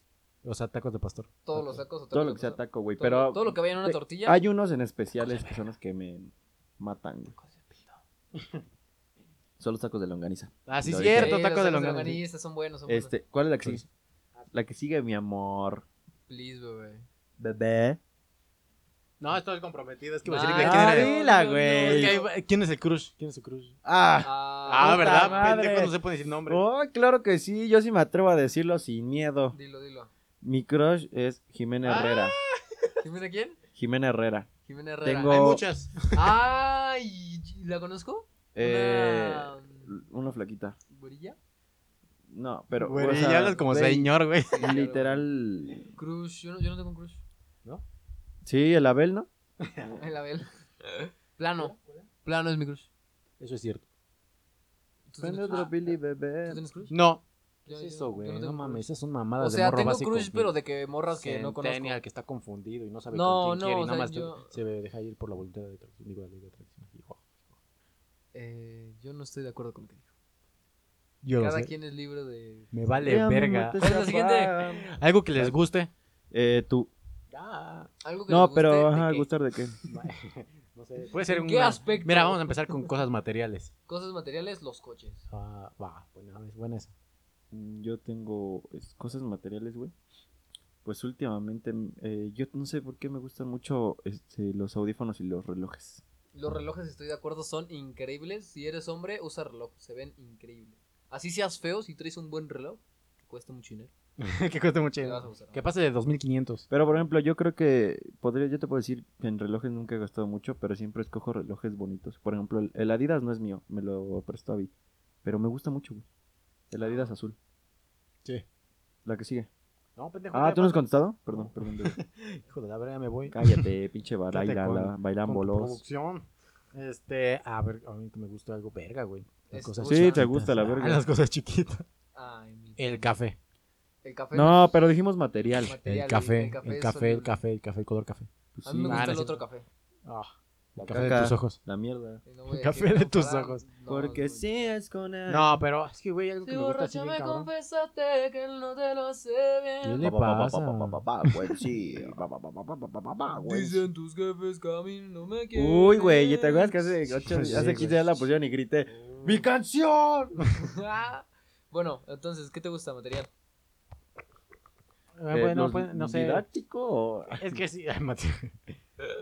O sea, tacos de pastor.
Todos los tacos. o
Todo
tacos
lo que sea
de pastor.
taco, güey,
Todo-
pero
Todo lo que vaya en una
te-
tortilla.
hay unos en especiales que son los que me matan. güey.
Tacos de pito.
Son los tacos de longaniza.
Ah, sí,
Lo dije.
cierto.
Sí,
tacos
los
de longaniza.
longaniza son buenos, son buenos.
Este, ¿cuál es la que sigue? La que sigue, mi amor.
Please, bebé.
Bebé.
No, estoy comprometido. Es que iba a
Ay,
decir que
Ah,
quién era.
sí. dila,
no, no,
güey.
Es
no,
que
es
ahí
que-
va- ¿Quién es el crush? ¿Quién es el crush?
Ah.
Ah,
Ah,
puta
¿verdad?
madre.
Pendejos no se puede decir nombre.
Oh, claro que sí, yo sí me atrevo a decirlo sin miedo.
dilo, dilo.
Mi crush es Jimena
Ah.
Herrera.
¿Jimena quién?
Jimena Herrera.
Jimena Herrera.
Tengo-
Hay muchas.
Ay, ¿la conozco?
Eh,
Una
una flaquita.
¿Gorilla?
No, pero.
Güey,
o
ya
sea,
hablas como
güey,
señor, güey.
Literal.
Crush, yo no, yo no tengo un crush.
Sí, el Abel, ¿no?
El Abel. Plano. Plano es mi crush.
Eso es cierto.
¿Tú
Prende
tienes, ah,
otro Billy, bebé.
¿tú tienes crush?
No. ¿Qué
Yo-
es
yo-
eso, güey?
yo
No,
tengo
mames,
crush.
esas son mamadas
O sea,
de morro
tengo
básico.
crush, pero de que morras que no conozco.
Centennial, que está confundido y no sabe
No,
con quién
no,
quiere y
o
nada
sea,
más te-
yo-
se deja ir por la voluntad de atracción. Digo, la ley de atracción. Hijo.
Eh, yo no estoy de acuerdo con lo que dijo.
Yo lo
Cada
sé.
quien es libre de.
Me vale
Ya, mi
verga.
amor, te
¿Cuál es la
separa.
Algo que les guste.
Eh, tú.
Algo que les
No,
guste,
pero,
de
ajá,
que-
¿gustar de qué?
no sé. Puede ser
¿En
un.
qué aspecto?
Mira, vamos a empezar con cosas materiales.
Cosas materiales, los coches.
Ah, va, buena, es buena esa.
Mm, Yo tengo es- cosas materiales, güey. Pues últimamente, mm, eh, yo no sé por qué me gustan mucho este, los audífonos y los relojes.
Los relojes, estoy de acuerdo, son increíbles. Si eres hombre, usa reloj. Se ven increíbles. Así seas feo, si traes un buen reloj, que cuesta mucho dinero.
que cueste mucho.
Te vas a
dinero.
usar.
Que pase de 2500.
Pero, por ejemplo, yo creo que podría, yo te puedo decir que en relojes nunca he gastado mucho, pero siempre escojo relojes bonitos. Por ejemplo, el, el Adidas no es mío, me lo prestó a Vi. Pero me gusta mucho, güey. El Adidas azul.
Sí.
La que sigue.
No, pendejo.
Ah,
ya,
¿tú no has
va.
contestado? Perdón, perdón. bebé.
Hijo de la verga, me voy.
Cállate, pinche
Quédate
bailala,
con-
bailan
con tu
bolos.
producción. Este, a ver, a mí que me gusta algo verga, güey. Las
Es-
cosas
Sí, te
chiquitas.
gusta la
Ah,
verga.
Las cosas chiquitas.
Ay, mi-
El café.
Ah, El café.
No, pero dijimos material.
material,
El café.
el café
El
es
café, el
horrible.
café, el café, el color café.
Pues
A mí me
sí.
gusta
Ah, no
el
es
otro café.
Ah,
La
el café de
caca.
tus ojos.
La mierda.
No voy a
Café
decir,
de
no,
tus
para-
ojos.
no,
Porque
es muy-
si es con él.
No, pero es que, güey, algo que
Si
me gusta así
borracho
bien
me
cabrón.
confesaste que no te lo sé
¿Qué
bien.
le
Pa, pa, pa,
pasa?
pa, pa, pa, pa, pa, pa, güey, sí. Pa, pa, pa, pa, pa, pa, pa, pa, güey.
Dicen tus jefes que a mí no me quieren.
Uy, güey, ¿y ¿te acuerdas que hace,
Sí,
ocho-
sí,
hace 15
güey.
días la pusieron y grité?
Mi
¡Mi
ca-
canción!
Ah, bueno, entonces, ¿qué te gusta material?
Eh, Bueno,
los
pues, no sé.
¿Didáctico o-
Es que sí, ay, mate-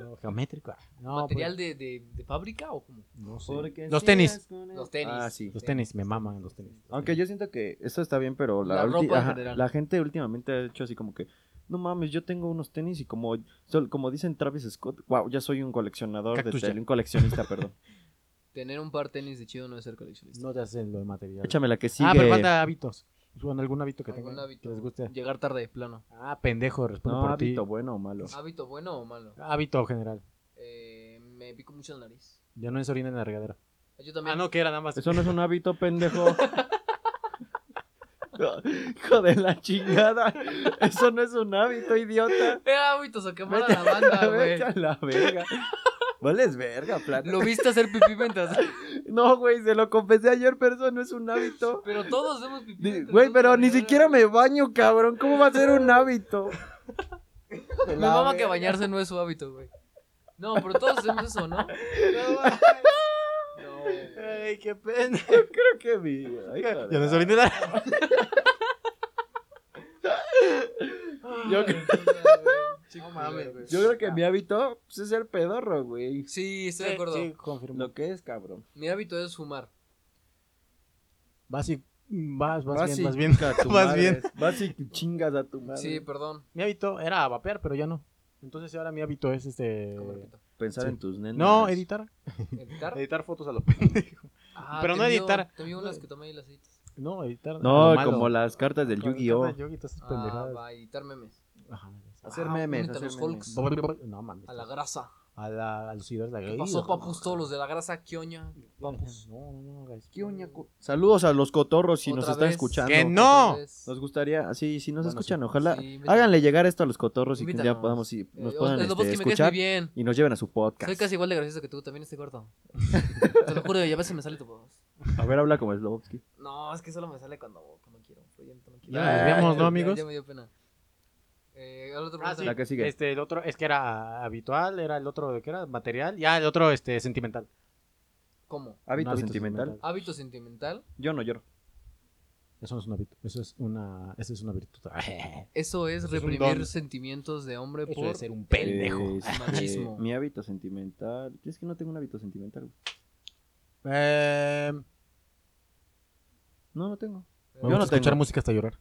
No, geométrico. ah. No,
¿Material de, de, de fábrica o cómo?
pues, no sé.
Porque
Los
si
tenis.
es con él.
Los tenis.
Ah, sí.
Los tenis, me maman los tenis.
Aunque yo siento que eso está bien, pero la,
La
ulti-
ropa en
ajá,
general.
la gente últimamente ha hecho así como que, no mames, yo tengo unos tenis y como, sol- como dicen Travis Scott, wow, ya soy un coleccionador
Cactus
de
Jack.
tenis, un coleccionista, perdón.
Tener un par de tenis de chido no es ser coleccionista.
No te hacen lo de material.
Échame la que sigue.
Ah, pero falta hábitos. Bueno, algún hábito que
¿Algún
tengan
hábito?
que les guste.
Llegar tarde de plano.
Ah, pendejo, respondo
No,
por
hábito
ti.
bueno o malo.
¿Hábito bueno o malo?
Hábito general.
Eh, me pico mucho la nariz.
Ya no es orina en la regadera.
Yo también.
Ah, no, que era nada más.
Eso no es un hábito, pendejo. Hijo de la chingada. Eso no es un hábito, idiota.
Eh, hábitos a quemar a la banda, güey.
Vete a la verga. Vales verga, plata.
Lo viste hacer pipí mientras.
No, güey, se lo confesé ayer, pero eso no es un hábito.
Pero todos hacemos
Di-
pipí. mientras
Güey,
nos
pero ni
bañamos.
siquiera me baño, cabrón. ¿Cómo va a ser un hábito?
Me mama que bañarse no es su hábito, güey. No, pero todos hacemos eso, ¿no? No.
Ay, qué pena.
Creo que mi. ay, joder.
Ya no es orina en la
Yo creo-
Chico,
mames, güey.
Yo creo que mi hábito pues, es ser pedorro, güey.
Sí, estoy de acuerdo.
Sí, confirmo.
Lo que es, cabrón.
Mi hábito es fumar.
Vas y vas, vas,
y
bien, vas bien.
chinga a tu
Vas
madre.
bien.
Vas y chingas a tu madre.
Sí, perdón.
Mi hábito era vapear, pero ya no. Entonces ahora mi hábito es este.
Comer pito.
Pensar
Sí.
en tus nenas.
No, editar.
¿Editar?
Editar fotos a los pendejos.
Ah,
Eh, pero
te
no
envío-
editar.
Te envío unas que tomé y las editas.
No, editar.
No, como las cartas del
Yu-Gi-Oh.
Yu-Gi-Oh.
Ah, va, editar memes.
Hacer
Ah,
memes.
únete a
hacer
los
memes.
Hulks.
No mames.
A la grasa.
A, la, a los seguidores de la
¿Qué
gay.
pasó, papus? Todos los de la grasa, ¿qué oña? Papus.
No, no, no, guys.
¿Qué oña, co- Saludos a los cotorros si nos
Otra
están
vez.
escuchando.
Que no.
Otra vez.
Nos gustaría, ah, sí, si nos
Bueno,
escuchan,
sí.
ojalá.
Sí, invítanos.
háganle llegar esto a los cotorros y que un día
Invítanos.
podamos, y
Eh,
nos puedan
Oslo,
este,
Bosque, me caes muy
escuchar
bien.
y nos lleven a su podcast.
Soy casi igual de gracioso que tú, también estoy gordo. Te lo juro, ya a veces me sale tu voz.
A ver, habla como Slovsky.
No, es que solo me sale cuando, cuando quiero. pero ya no quiero.
Ya nos desviamos, ¿no, amigos?
Ya, me dio pena. Eh, ¿al otro
Ah,
pregunta?
sí.
La que sigue.
Este, el otro, es que era habitual, era el otro, que era? Material. Ya, el otro, este, sentimental.
¿Cómo?
Hábito,
Un hábito
sentimental.
sentimental.
Hábito sentimental.
Yo no lloro.
Eso no es un hábito, eso es una, eso es una virtud.
Eso es
Eso es un
reprimir
don.
sentimientos de hombre
Eso
por.
es ser un pendejo.
Este,
Machismo.
Mi hábito sentimental. Es que no tengo un hábito sentimental. güey.
Eh,
No, no tengo.
me
Yo
gusta
no
escuchar
tengo.
música hasta llorar.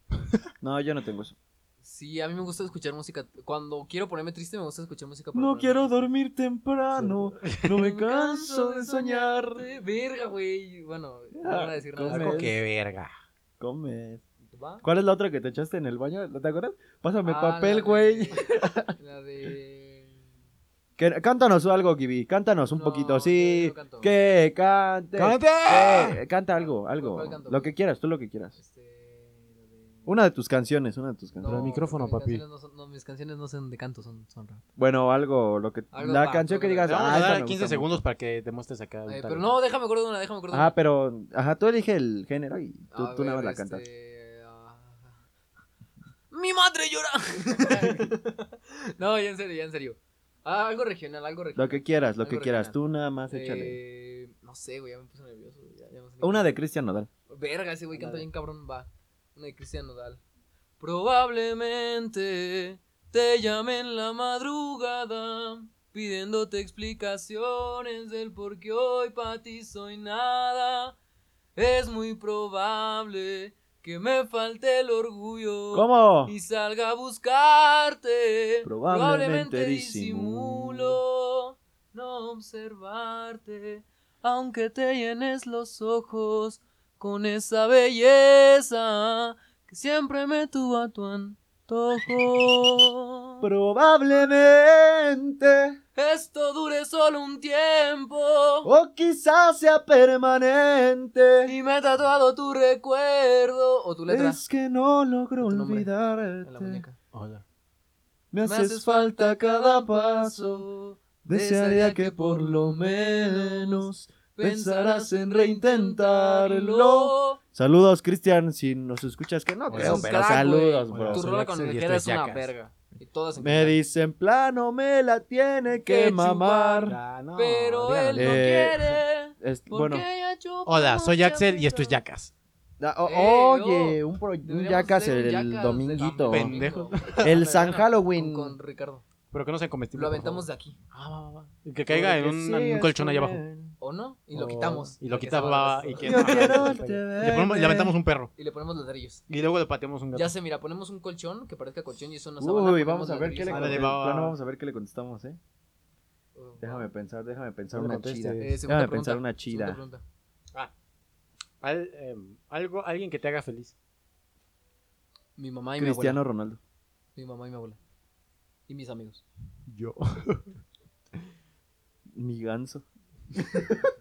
No, yo no tengo eso.
Sí, a mí me gusta escuchar música. Cuando quiero ponerme triste, me gusta escuchar música. para
No
ponerme
quiero
triste.
dormir temprano. No me canso de soñar.
soñarte. Verga, güey. Bueno, no voy a decir nada.
come.
Qué verga.
comes.
¿Va?
¿Cuál es la otra que te echaste en el baño? ¿Te acuerdas? Pásame
Ah, la
papel,
de-
güey.
La de.
Que- Cántanos algo, Gibi. Cántanos un
No,
poquito,
yo
sí.
no canto.
que cante.
¡Canta!
que- Eh, canta algo, algo.
¿Cuál canto?
Lo que quieras, tú lo que quieras.
Este, la de-
Una de tus canciones, una de tus
No,
canciones.
el micrófono,
mis
papi.
canciones no son- no, mis canciones no son de canto, son, son rap.
Bueno, algo, lo que
Algo
la
rap,
canción
algo
que digas,
Te vamos
ah,
a
esta
dar
me
15
gusta mucho.
segundos para que demuestres acá. un
Ay, pero
talento.
no, déjame acordar una, déjame acordar una.
Ah, pero ajá, tú elige el género y tú,
A
tú nada más
ver,
la
este,
cantas.
ah. ¡Mi madre llora! no, ya en serio, ya en serio. Ah, algo regional, algo regional.
Lo que quieras, lo
Algo
que quieras,
regional.
tú nada más échale.
Eh, no sé, güey, ya me puse nervioso. güey, ya- ya no sé ni
Una
qué-
de Cristian Nodal.
Verga, ese güey canta
Ándale.
bien cabrón, va. Una de Cristian Nodal. Probablemente te llame en la madrugada pidiéndote explicaciones del por qué hoy para ti soy nada. Es muy probable que me falte el orgullo
¿Cómo?
uh, y salga a buscarte.
Probablemente
Probablemente
disimulo.
disimulo no observarte, aunque te llenes los ojos con esa belleza que siempre me tuvo a tu antojo.
Probablemente.
Esto dure solo un tiempo
O quizás sea permanente.
y me he tatuado tu recuerdo o tu letra
Es que no logro
O tu nombre. en la
olvidarte.
muñeca.
Hola.
Me haces falta cada paso. Desearía que por lo menos pensarás en reintentarlo. Saludos, Cristian. Si nos escuchas, que no
Eres
creo,
un
pero
Pues crack, Pues
saludos,
güey.
bro.
Tú
Tu
Soy
rola con
Axel y
el que
esto es
eres una
Jackass.
verga. Y todas en
Me
general.
dicen plano, me la tiene que
Que
mamar.
Ya, no,
Pero él
díganlo.
no
Eh,
quiere.
Es-
porque
bueno,
ella chupa
Hola, soy
mucha
Axel y
pizza.
esto es Yacas.
da- o-
Eh,
oye, un, pro, un
Deberíamos
Jackass
hacer un
el,
Jackass de
dominguito.
domingo.
El San
Con-
Halloween.
Con, Ricardo.
Pero que no sea comestible.
Lo
por
aventamos
favor.
de aquí.
Ah, va, va, va. Y que caiga en
Porque
un,
sí,
en un
es
colchón allá
un
abajo.
buen-
¿O no? Y lo
O-
quitamos.
y lo
Porque
quitamos,
se va
va,
a
va, y que-
Yo quiero
Le
te
Le, ponemos- le aventamos un perro.
Y le ponemos ladrillos.
Y luego le pateamos un gato.
Ya sé, mira, ponemos un colchón que parezca colchón y eso no sabana.
Uy,
ponemos
vamos a ver qué le
ladrillos.
Ándale,
contestamos.
va, va, va.
Vamos a ver qué le contestamos, eh.
Uh,
Déjame pensar, déjame pensar
No
una
le contestes.
chida.
Eh,
segunda
Déjame
pregunta,
pensar una chida.
segunda pregunta.
Al- em, algo, alguien que te haga feliz.
Mi mamá y mi
Cristiano
abuela.
Ronaldo.
Mi mamá y mi abuela. Y mis amigos.
Yo.
Mi ganso.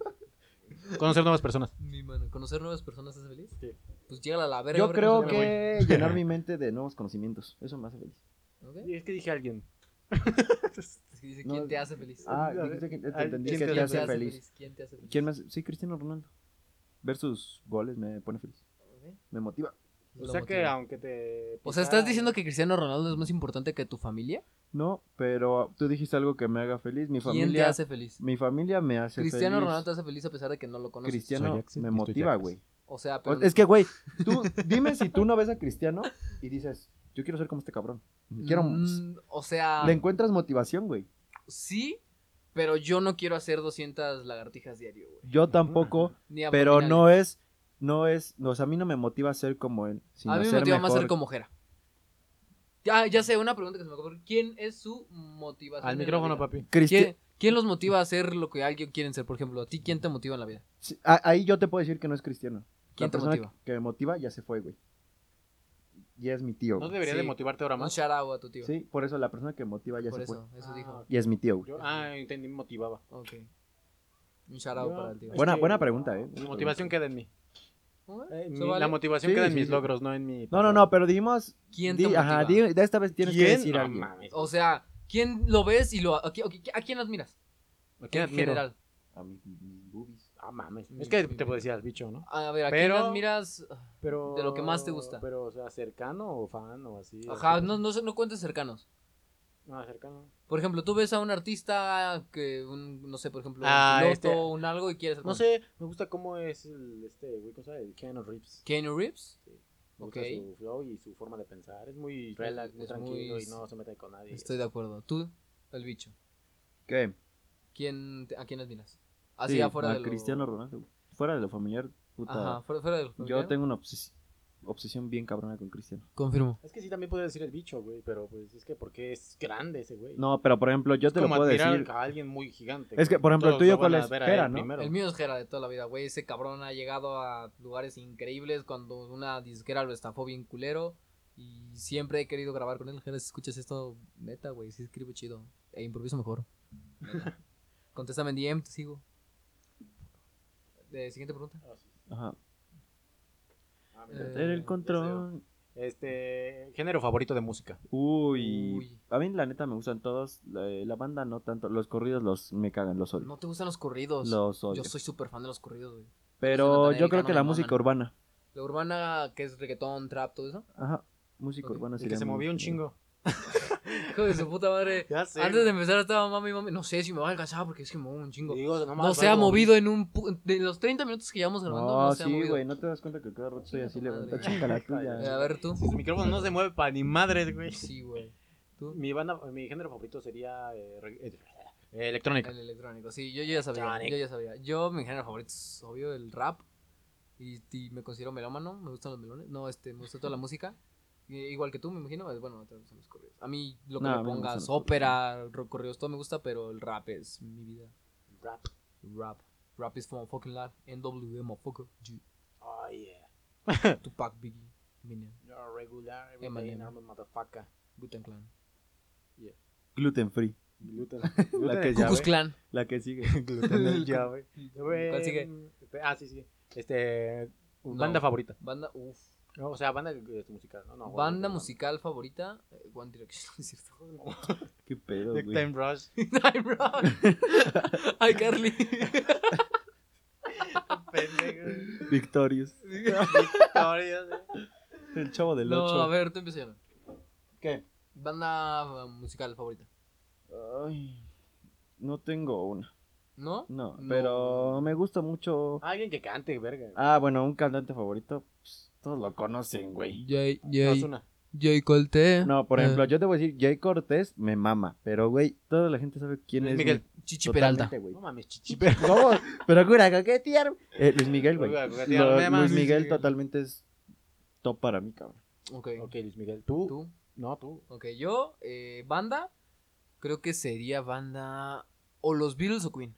Conocer nuevas personas.
Mi mano. ¿Conocer nuevas personas es feliz?
Sí.
Pues llega a la verga. a
Yo
ver qué
creo
me
nos llama.
que llenar mi mente de nuevos conocimientos. Eso me hace feliz.
Ok.
Y es que dije alguien.
Es que dice,
No,
¿quién te hace feliz?
Ah,
a ver,
dijiste que te
al-
entendí
¿quién
que
te
te
hace
hace feliz.
¿Quién te hace feliz?
¿Quién me hace? Sí, Cristiano Ronaldo. Ver sus goles me pone feliz.
Ok.
Me motiva.
O
Lo
sea que
motiva.
aunque te.
O sea, ¿estás diciendo que Cristiano Ronaldo es más importante que tu familia?
No, pero tú dijiste algo que me haga feliz. Mi
¿Quién te
familia.
hace feliz?
Mi familia me hace
Cristiano
feliz.
Ronaldo te hace feliz a pesar de que no lo conoces.
Cristiano
Soy Axel
me
y estoy
motiva,
Jackass.
güey.
O sea,
O-
pero
Es que, güey, tú dime si tú no ves a Cristiano y dices, yo quiero ser como este cabrón. Quiero.
Mm, o sea,
Le encuentras motivación, güey.
sí, pero yo no quiero hacer 200 lagartijas diario, güey.
Yo tampoco,
Ni
pero
abdominales.
no es, no es, no, o sea, a mí no me motiva ser como él, sino
A mí me
ser
motiva
mejor.
más ser como Jera. Ya, ya sé, una pregunta que se me ocurrió. ¿Quién es su motivación?
Al
en la
micrófono,
vida?
papi.
Cristi-
¿Quién, quién los motiva a hacer lo que alguien quiere ser? Por ejemplo, ¿a ti quién te motiva en la vida?
Sí, a- Ahí yo te puedo decir que no es Cristiano.
¿Quién
La
te
persona
motiva?
que- Que me motiva ya se fue, güey. Y es mi tío.
¿No
güey.
debería
Sí.
de motivarte ahora
Un
más?
shout out a tu tío.
Sí, por eso la persona que motiva ya
Por
se
eso,
fue.
eso
Ah,
dijo.
Y es mi tío, güey.
Yo, ah, entendí, motivaba.
Ok. Un shout out
Yo-
para el tío.
es
Buena-
que
buena pregunta, ¿eh?
Mi motivación queda en mí.
¿Cómo es?
Eh, mi-
¿Se vale?
La motivación
Sí,
queda en
sí,
mis
sí.
logros, no en mi.
No, no, no, pero dijimos.
¿Quién te
di-
motiva?
ajá, di- de esta vez tienes que
¿Quién?
decir
No
algo.
mames.
O sea, ¿quién lo ves y lo... ¿A, qui- a qui- a quién admiras?
¿A quién
en
admiro?
general.
A mis- mis boobies.
Ah, mames.
Mi-
Es que
mi-
te decía al bicho, ¿no?
A ver, ¿a quién
Pero-
admiras?
Pero.
De lo que más te gusta.
Pero, o sea, cercano o fan o así.
Ajá,
así.
no, no, sé- no cuentes cercanos.
No, cercano.
Por ejemplo, tú ves a un artista que, un, no sé, por ejemplo,
Ah,
un piloto,
este-
un algo y quieres...
No sé, me gusta cómo es el, este, güey, ¿cómo se llama? El Keanu Reeves.
Keanu Reeves.
Me gusta
Ok.
su flow y su forma de pensar. Es muy relax, muy
es
tranquilo
muy-
y no se mete con nadie.
Estoy de acuerdo. Tú, el bicho.
¿Qué?
¿Quién, te- ¿A quién admiras? Así
Sí,
afuera
a
de lo...
Cristiano Ronaldo. güey. Fuera de lo familiar, puta.
Ajá, fuera, fuera de lo
Yo
familiar.
tengo una obsesión. obsesión bien cabrona con Cristiano.
Confirmo.
Es que sí, también podría decir el bicho, güey, pero pues es que porque es grande ese güey.
No, pero por ejemplo, yo
Es
te lo
como
puedo
admirar
decir.
a alguien muy gigante.
Es que,
güey.
por ejemplo, el
Todos
tuyo,
lo van
¿cuál
a
es?
ver a
Jera,
él
¿no?
primero.
El mío es Jera de toda la vida, güey. Ese cabrón ha llegado a lugares increíbles cuando una disquera lo estafó bien culero. Y siempre he querido grabar con él. Jera, si escuchas esto, neta, güey. Sí escribo chido. E improviso mejor. Neta. Contéstame en DM, te sigo. Eh, siguiente pregunta.
Ah, sí.
Ajá.
Ah,
Eh,
mira,
Era el
ya
control.
sé. Este, género favorito de música.
Uy.
Uy.
A mí la neta me gustan todos. La, eh, la banda no tanto. Los corridos los me cagan, los odio.
¿No te gustan los corridos?
los
Yo
odio.
soy súper fan de los corridos, güey.
Pero
soy
yo creo
norteamericano,
que la
me
música
maman.
urbana.
La urbana, que es reggaetón, trap, todo eso.
Ajá. Música
Ok.
urbana
El
sí
que
la
se
me
movió un
gusta.
chingo.
Hijo de su puta madre.
Ya sé.
Antes de empezar estaba mami, mami. No sé si me va a alcanzar porque es que me muevo un chingo.
Digo, nomás
No se ha
algo-
movido en un... pu- De los 30 minutos que llevamos grabando, no,
No,
se ha
sí,
movido.
güey. No te das cuenta que cada rato estoy
Chinga
así
tu madre.
levantando. Chinga la
Eh,
tuya.
A ver, tú.
Si su micrófono no se mueve para ni madres, güey.
Sí, güey. Tú.
Mi, banda, mi género favorito sería eh, re- eh, eh, electrónica.
El electrónico. Sí, yo, yo ya sabía.
Electrónico.
Yo ya sabía. Yo, mi género favorito es, obvio, el rap. Y, y me considero melómano. Me gustan los melones. No, este, me gusta toda la música. I- igual que tú, me imagino. eh, Bueno, te gustan los corridos. A mí, lo que
No, a
me
mí me gustan
pongas,
los
ópera, ro- corridos, todo me gusta, pero el rap es mi vida.
Rap.
Rap. Rap is for my fucking life. NWA, motherfucker. G.
Oh, yeah.
Tupac, Biggie, Minion,
You're a regular, everyday
Eminem.
normal motherfucker.
Wu Clan.
Gluten free.
Gluten.
La que
Gluten
ya
Ku Klux
ve.
Clan.
La que sigue.
Gluten ya, güey.
¿Cuál sigue?
Este, Ah, sí, sí. Este.
No.
Banda favorita.
Banda, uff.
No, o sea, banda de este musical. No, no,
Banda
no,
musical favorita, eh, One Direction, ¿no es cierto?
Qué pedo,
Big Time
güey.
Rush.
I'm wrong. Ay, Carly.
Pendejo.
Victorious.
Victorias.
El chavo del
no, a
8.
ver, tú empiezas. Aaron.
¿Qué?
Banda eh, musical favorita.
Ay, no tengo una.
¿No?
No,
No.
pero me gusta mucho.
Alguien que cante, verga.
Ah, bueno, un cantante favorito. pues, todos lo conocen, güey.
Jay,
Ozuna.
Jay Colte.
No, por ejemplo, yo te voy a decir, Jay Cortés me mama. Pero, güey, toda la gente sabe quién
Luis
es.
Miguel.
Chichi
Totalmente,
Peralta.
güey.
No mames, Este, chichi.
Pero, ¿cómo? Pero, cura, coquetear. Eh, Luis Miguel, güey.
Cura, coquetear,
Lo-
me
Luis
mames, Luis
Miguel
Miguel.
totalmente es top para mí, cabrón.
Ok.
Ok, Luis Miguel. ¿Tú?
¿Tú?
No, tú.
Ok, yo, eh, banda, creo que sería banda o los Beatles o Queen.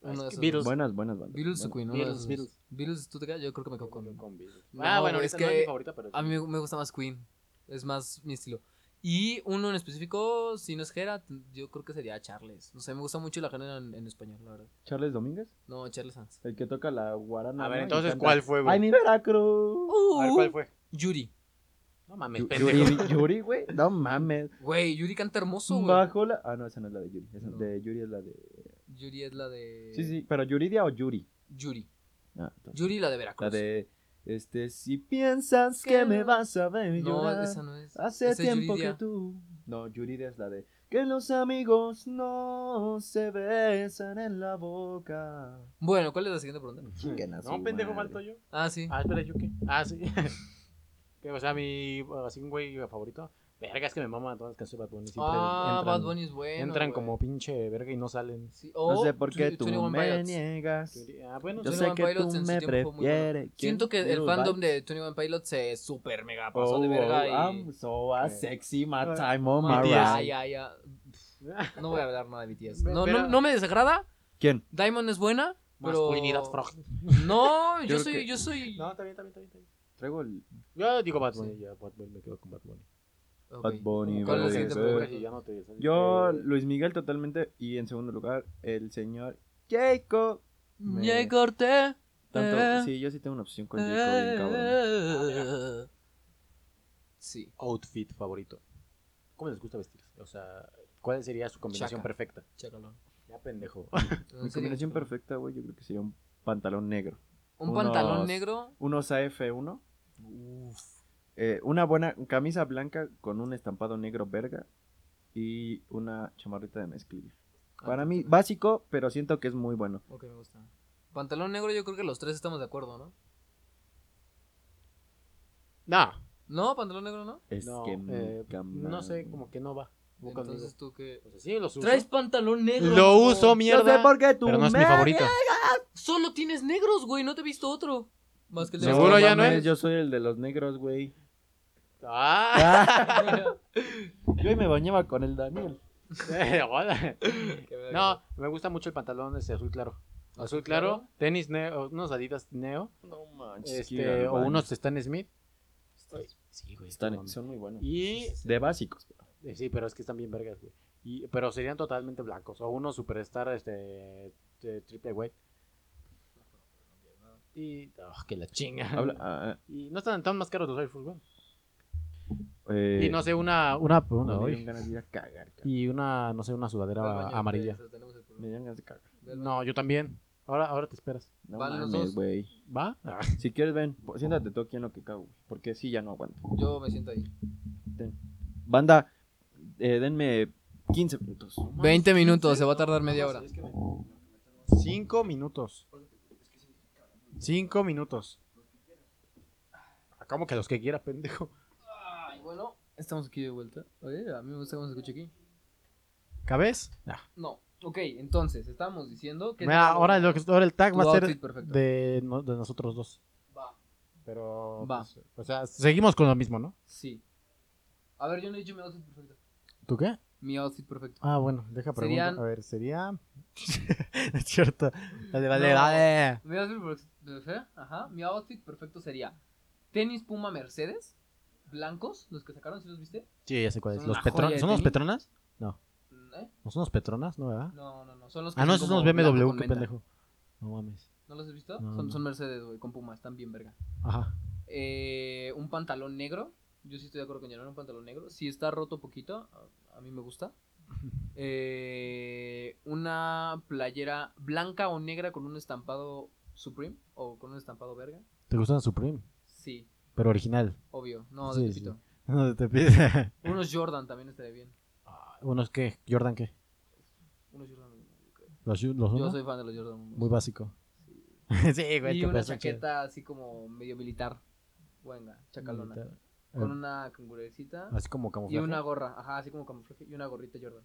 Uno de esos
Beatles.
dos.
Buenas, buenas bandas.
Beatles o
Buenas.
Queen, uno
Beatles,
de esos.
Beatles.
Beatles, tú te quedas, yo creo que me quedo con
Beatles.
No,
ah, bueno,
güey,
es
es
que... no es
que
mi favorita, pero...
A mí me- me gusta más Queen. Es más mi estilo. Y uno en específico, si no es Gera, t- yo creo que sería Charles. No sé, me gusta mucho la género en, en español, la verdad.
Charles Domínguez,
No, Charles Sanz.
el que toca la guarana.
A ver,
¿no? Y
entonces,
canta,
¿cuál fue,
¡Ay,
güey?
mi Veracruz!
A ver, ¿cuál fue?
Uh, Yuri.
No mames,
Yu-
pendejo.
Yuri, Yuri, güey. No mames.
Güey, Yuri canta hermoso, güey.
Bajo la. Ah, no, esa no es la de Yuri. Esa
No. Eh.
de Yuri es la de.
Yuri es la de.
Sí, sí, pero Yuridia o Yuri.
Yuri.
Ah, entonces,
Yuri la de
la
Veracruz.
de. Este, si piensas que me vas a ver
No,
llorar,
esa no es.
hace
esa es
tiempo
Yuridia.
que tú. No, Yuridia es la de. Que los amigos no se besan en la boca.
Bueno, ¿cuál es la siguiente pregunta?
Chinguen a su
No, pendejo,
madre.
falto yo.
Ah, sí.
Ah, espera, ¿yo qué? Ah, sí. Que, o sea, mi... Así un güey favorito. Verga, es que me maman todas las canciones de Bad Bunny. Siempre
Ah,
entran,
Bad Bunny es bueno.
entran
güey.
como pinche verga y no salen.
Sí, Oh,
No
o
sé por qué
Tw-
tú
21
me
Pilots.
niegas.
Ah, bueno,
Yo
sí,
Twenty
sé
One
que tú
Pilots en su
me
tiempo fue muy bueno.
prefieres.
Siento que el
Quiero
fandom
bailar.
de 21 Pilot se super mega pasó
Oh,
de verga
oh,
y... Eh.
I'm so a sexy, my
Ah,
time on
my
my
BTS.
Ya,
ride.
ya, ya.
no. Ah,
No voy a hablar nada de BTS.
Ve-
No,
pero-
no, no me desagrada.
¿Quién?
Diamond es buena, pero...
Masculinidad frog.
No,
Yo
yo
creo
soy,
que-
yo soy...
No, está bien, está bien, está bien, está bien.
Traigo el
Yo digo Bad Bunny, ya Bad Bunny, me quedo con Bad Bunny.
Ok.
Bad Bunny.
¿Cuál es la
baby.
siguiente
Porque
pregunta?
ya no te-
Yo,
Eh,
Luis Miguel totalmente. Y en segundo lugar, el señor Jacob. Me-
Ya corté.
Tanto,
Eh,
sí, yo sí tengo una obsesión con
Ah.
Jacob, bien cabrón.
eh, Sí.
outfit favorito. ¿Cómo les gusta vestir? O sea, ¿cuál sería su combinación
Chaca.
perfecta?
Chacalón.
Ya pendejo.
Mi combinación perfecta, güey, yo creo que sería un pantalón negro.
Un
unos-
pantalón negro.
Unos AF1.
Uf.
eh, una buena camisa blanca con un estampado negro verga. Y una chamarrita de mezclilla.
Ah,
Para mí, básico, pero siento que es muy bueno.
Ok, me gusta. Pantalón negro, yo creo que los tres estamos de acuerdo, ¿no?
No,
No, pantalón negro no.
Es
no,
que me
eh,
cama-
no sé, como que no va. Voy conmigo.
Entonces tú que.
O sea, sí, los uso.
Traes pantalón negro.
Lo
no?
uso,
Yo
mierda.
sé por qué tú
Pero no es mi
me-
favorito.
Solo tienes negros, güey. No te he visto otro. Más que el de
Seguro
No,
ya no
mames,
es.
Yo soy el de los negros, güey.
¡Ah!
Ah, yo hoy me bañaba con el Daniel.
Hola.
Qué verga.
No, me gusta mucho el pantalón ese azul claro. Azul claro, tenis neo, unos adidas neo,
No manches.
este, o unos Stan Smith. Sí, güey. no
Están,
mames.
son muy buenos.
Y
De básicos.
eh, sí, pero es que están bien vergas, güey. Y, pero serían totalmente blancos. O unos superstar este, de triple güey. Y. ah, que la chinga.
Habla- ah,
Y no están tan más caros los Air Force One.
eh,
Y no sé, una. Una. una-
me
ay.
dieron ganas de ir a cagar, cabrón.
y una, no sé, una
Ve al
sudadera
baño,
amarilla.
pues, tenemos el problema.
Me dieron ganas de cagar.
Ve al baño.
No, yo también. Ahora, ahora te esperas.
No
Van los
mames,
dos.
güey.
¿Va?
Si quieres, ven, po- siéntate tú aquí en lo que cago, güey, porque sí, ya no aguanto.
Yo me siento ahí.
Banda, eh, denme 15 minutos.
20 minutos, se va a tardar media hora.
Cinco minutos. Cinco minutos. Ah, ¿Cómo que los que quiera, pendejo?
Ay, bueno, estamos aquí de vuelta. Oye, a mí me gusta cómo se escucha aquí.
¿Cabes?
No, ok, entonces, estábamos diciendo que...
Mira, ahora, lo que- ahora el tag
Tu
va a ser
outfit perfecto.
de, no- de nosotros dos.
Va,
Pero.
Va.
pues, o sea, seguimos con lo mismo, ¿no?
sí. A ver, yo no he dicho mi outfit perfecto.
¿Tú qué?
Mi outfit perfecto.
Ah, bueno, deja preguntar.
Serían-
A ver, sería. es cierto. Dale, dale,
No.
dale.
Mi outfit perfecto, ¿eh? ajá, mi outfit perfecto sería tenis Puma Mercedes, blancos, los que sacaron, ¿sí los viste?
Sí, ya sé cuál es.
Son
Los
una
Petron-
joya de
¿Son los
tenis.
Petronas?
¿Eh?
¿No son los Petronas? ¿No, verdad?
No, no, no, son los que
Ah, no,
son
esos son
como
los
blanco
BMW,
con
qué
menta.
pendejo. No mames.
¿No los has visto?
No,
son,
no.
son Mercedes, güey, con Puma, están bien verga.
Ajá.
Eh, un pantalón negro. Yo sí estoy de acuerdo con llenar un pantalón negro. Si está roto poquito, a- a mí me gusta. Eh, una playera blanca o negra con un estampado Supreme o con un estampado verga.
¿Te gustan Supreme?
Sí,
Pero original.
obvio. No,
Sí,
de
sí.
Tepito.
No te pides.
Unos Jordan también estaría bien.
¿Unos qué? ¿Jordan qué?
Unos Jordan. yo creo.
¿Los, Ju- los
Yo
uno?
soy fan de los Jordan.
Muy básico. sí,
y
qué
una
pedazo de
chaqueta así como medio militar. Buena, chacalona.
Militar.
Con
Eh,
una cangurecita.
Así como
Y
camuflaje.
una gorra, ajá, así como camuflaje. Y una gorrita Jordan.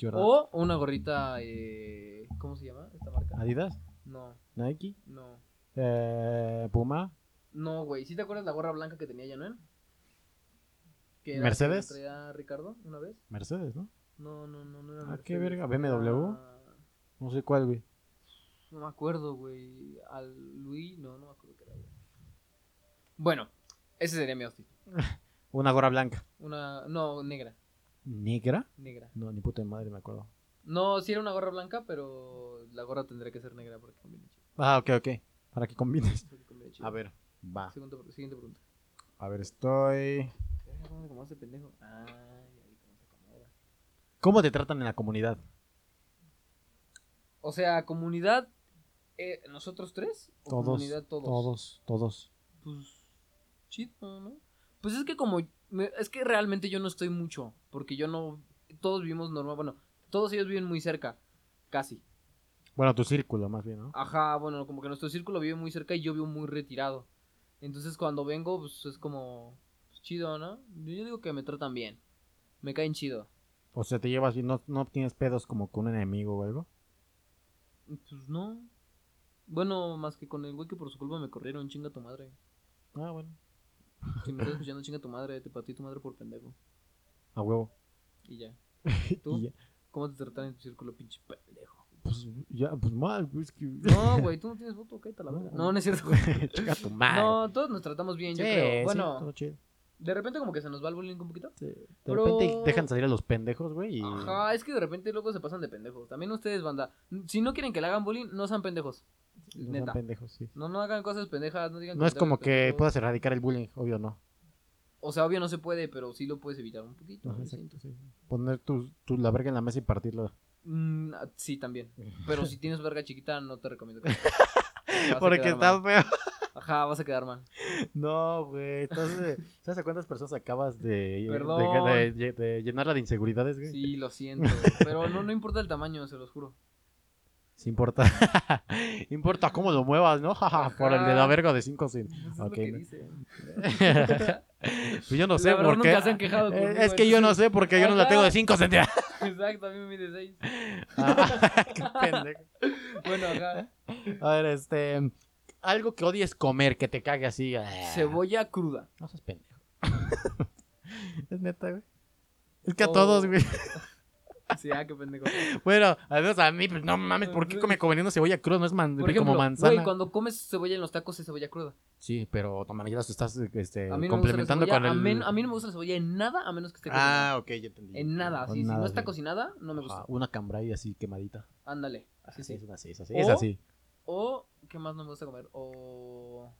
Jordan.
O una gorrita, eh, ¿cómo se llama esta marca?
Adidas,
No,
Nike,
no.
eh, Puma.
No, güey, ¿sí te acuerdas la gorra blanca que tenía Yanuel? Que era-
¿Mercedes?
que la traía Ricardo una vez?
Mercedes, ¿no?
No, no, no, no era
Ah, qué
Mercedes,
verga, ¿BMW?
era-
No sé cuál, güey.
No me acuerdo, güey. Al Luis, no, no me acuerdo qué era, güey. Bueno, ese sería mi outfit.
Una gorra blanca.
Una, no, negra,
¿Negra?
negra.
No, ni puta de madre me acuerdo.
No, sí era una gorra blanca, pero la gorra tendría que ser negra porque combina chido.
Ah, ok, ok. Para que combines.
porque combina chido.
A ver, ah. va.
Segundo- siguiente pregunta.
A ver, estoy.
Verga, ¿Cómo se acomoda ese pendejo? Ah, ya vi cómo se acomoda.
¿Cómo te tratan en la comunidad?
O sea, comunidad, eh, nosotros tres. ¿O
Todos,
Comunidad todos.
Todos, todos.
Pues, chido, ¿no? Pues es que como, me- es que realmente yo no estoy mucho, porque yo no, todos vivimos normal, bueno, todos ellos viven muy cerca, casi.
Bueno, tu círculo, más bien, ¿no?
Ajá, bueno, como que nuestro círculo vive muy cerca y yo vivo muy retirado. Entonces cuando vengo, pues es como, pues, chido, ¿no? Yo digo que me tratan bien, me caen chido.
O sea, te llevas bien, no, no tienes pedos como con un enemigo o algo.
Pues no. Bueno, más que con el güey que por su culpa me corrieron, chinga tu madre.
Ah, bueno.
Si me estás escuchando, chinga tu madre, te patí tu madre por pendejo.
A huevo.
Y ya. ¿Tú?
¿Tú?
¿Cómo te tratan en tu círculo, pinche pendejo?
pues, ya, pues mal, pues que.
No, güey, tú no tienes voto, cállate la verga. No, no es cierto, güey.
Chica tu madre.
No, todos nos tratamos bien,
Sí,
yo creo.
sí,
Bueno,
todo chido.
de repente como que se nos va el bullying un poquito.
Sí. De
Pero-
repente dejan salir a los pendejos, güey. Y...
Ajá, es que de repente luego se pasan de pendejos. También ustedes, banda. Si no quieren que le hagan bullying, no sean pendejos.
no son
Neta.
pendejos, sí.
No, no hagan cosas pendejas, no digan
No es como que
comentarios pendejos.
puedas erradicar el bullying, obvio no.
O sea, obvio no se puede, pero sí lo puedes evitar un poquito.
Ajá,
yo
exacto,
siento.
sí. Poner tu, tu- la verga en la mesa y partirla.
Mm, ah, sí, también. Pero si tienes verga chiquita, no te recomiendo que
Porque está
estás
feo.
Ajá, vas a quedar mal.
No, güey. Entonces, ¿sabes a cuántas personas acabas de,
Perdón.
de- de- de llenarla de inseguridades, güey?
Sí, lo siento. Pero no, no importa el tamaño, se los juro.
Sí importa. importa cómo lo muevas, ¿no? Jaja, Por el de la
Ajá.
verga de 5 sin.
Eso
Ok,
es lo
no.
que dice.
Pues yo no
La
sé
verdad,
por qué.
nunca se han quejado
Eh,
conmigo,
es que yo no
entonces-
sé porque yo no la
Ajá.
tengo de 5 centímetros.
Exacto, a mí me mide 6.
Ah, qué pendejo.
Bueno, ajá.
A ver, este. algo que odies comer, que te cague así. ah,
Cebolla cruda.
No seas pendejo. es neta, güey. Es que a
Oh.
todos, güey.
Sí, ah, qué pendejo.
Bueno, al menos a mí, pues no mames, ¿por qué come comiendo cebolla cruda? No es man-
Por
como
ejemplo,
manzana.
güey, cuando comes cebolla en los tacos es cebolla cruda.
Sí, pero no mames, ya las estás este,
A mí no
complementando
me gusta la
con
cebolla,
el.
a men- a mí no me gusta la cebolla en nada a menos que esté cocinada.
Ah, ok, ya entendí.
En nada,
Con
sí, si no
nada,
está
sí.
cocinada, no me gusta.
Ajá, una cambra ahí así quemadita.
Ándale, así
Así
sí. Oh,
Es una Ah, sí, es así.
O-
Es así.
O, ¿qué más no me gusta comer? O.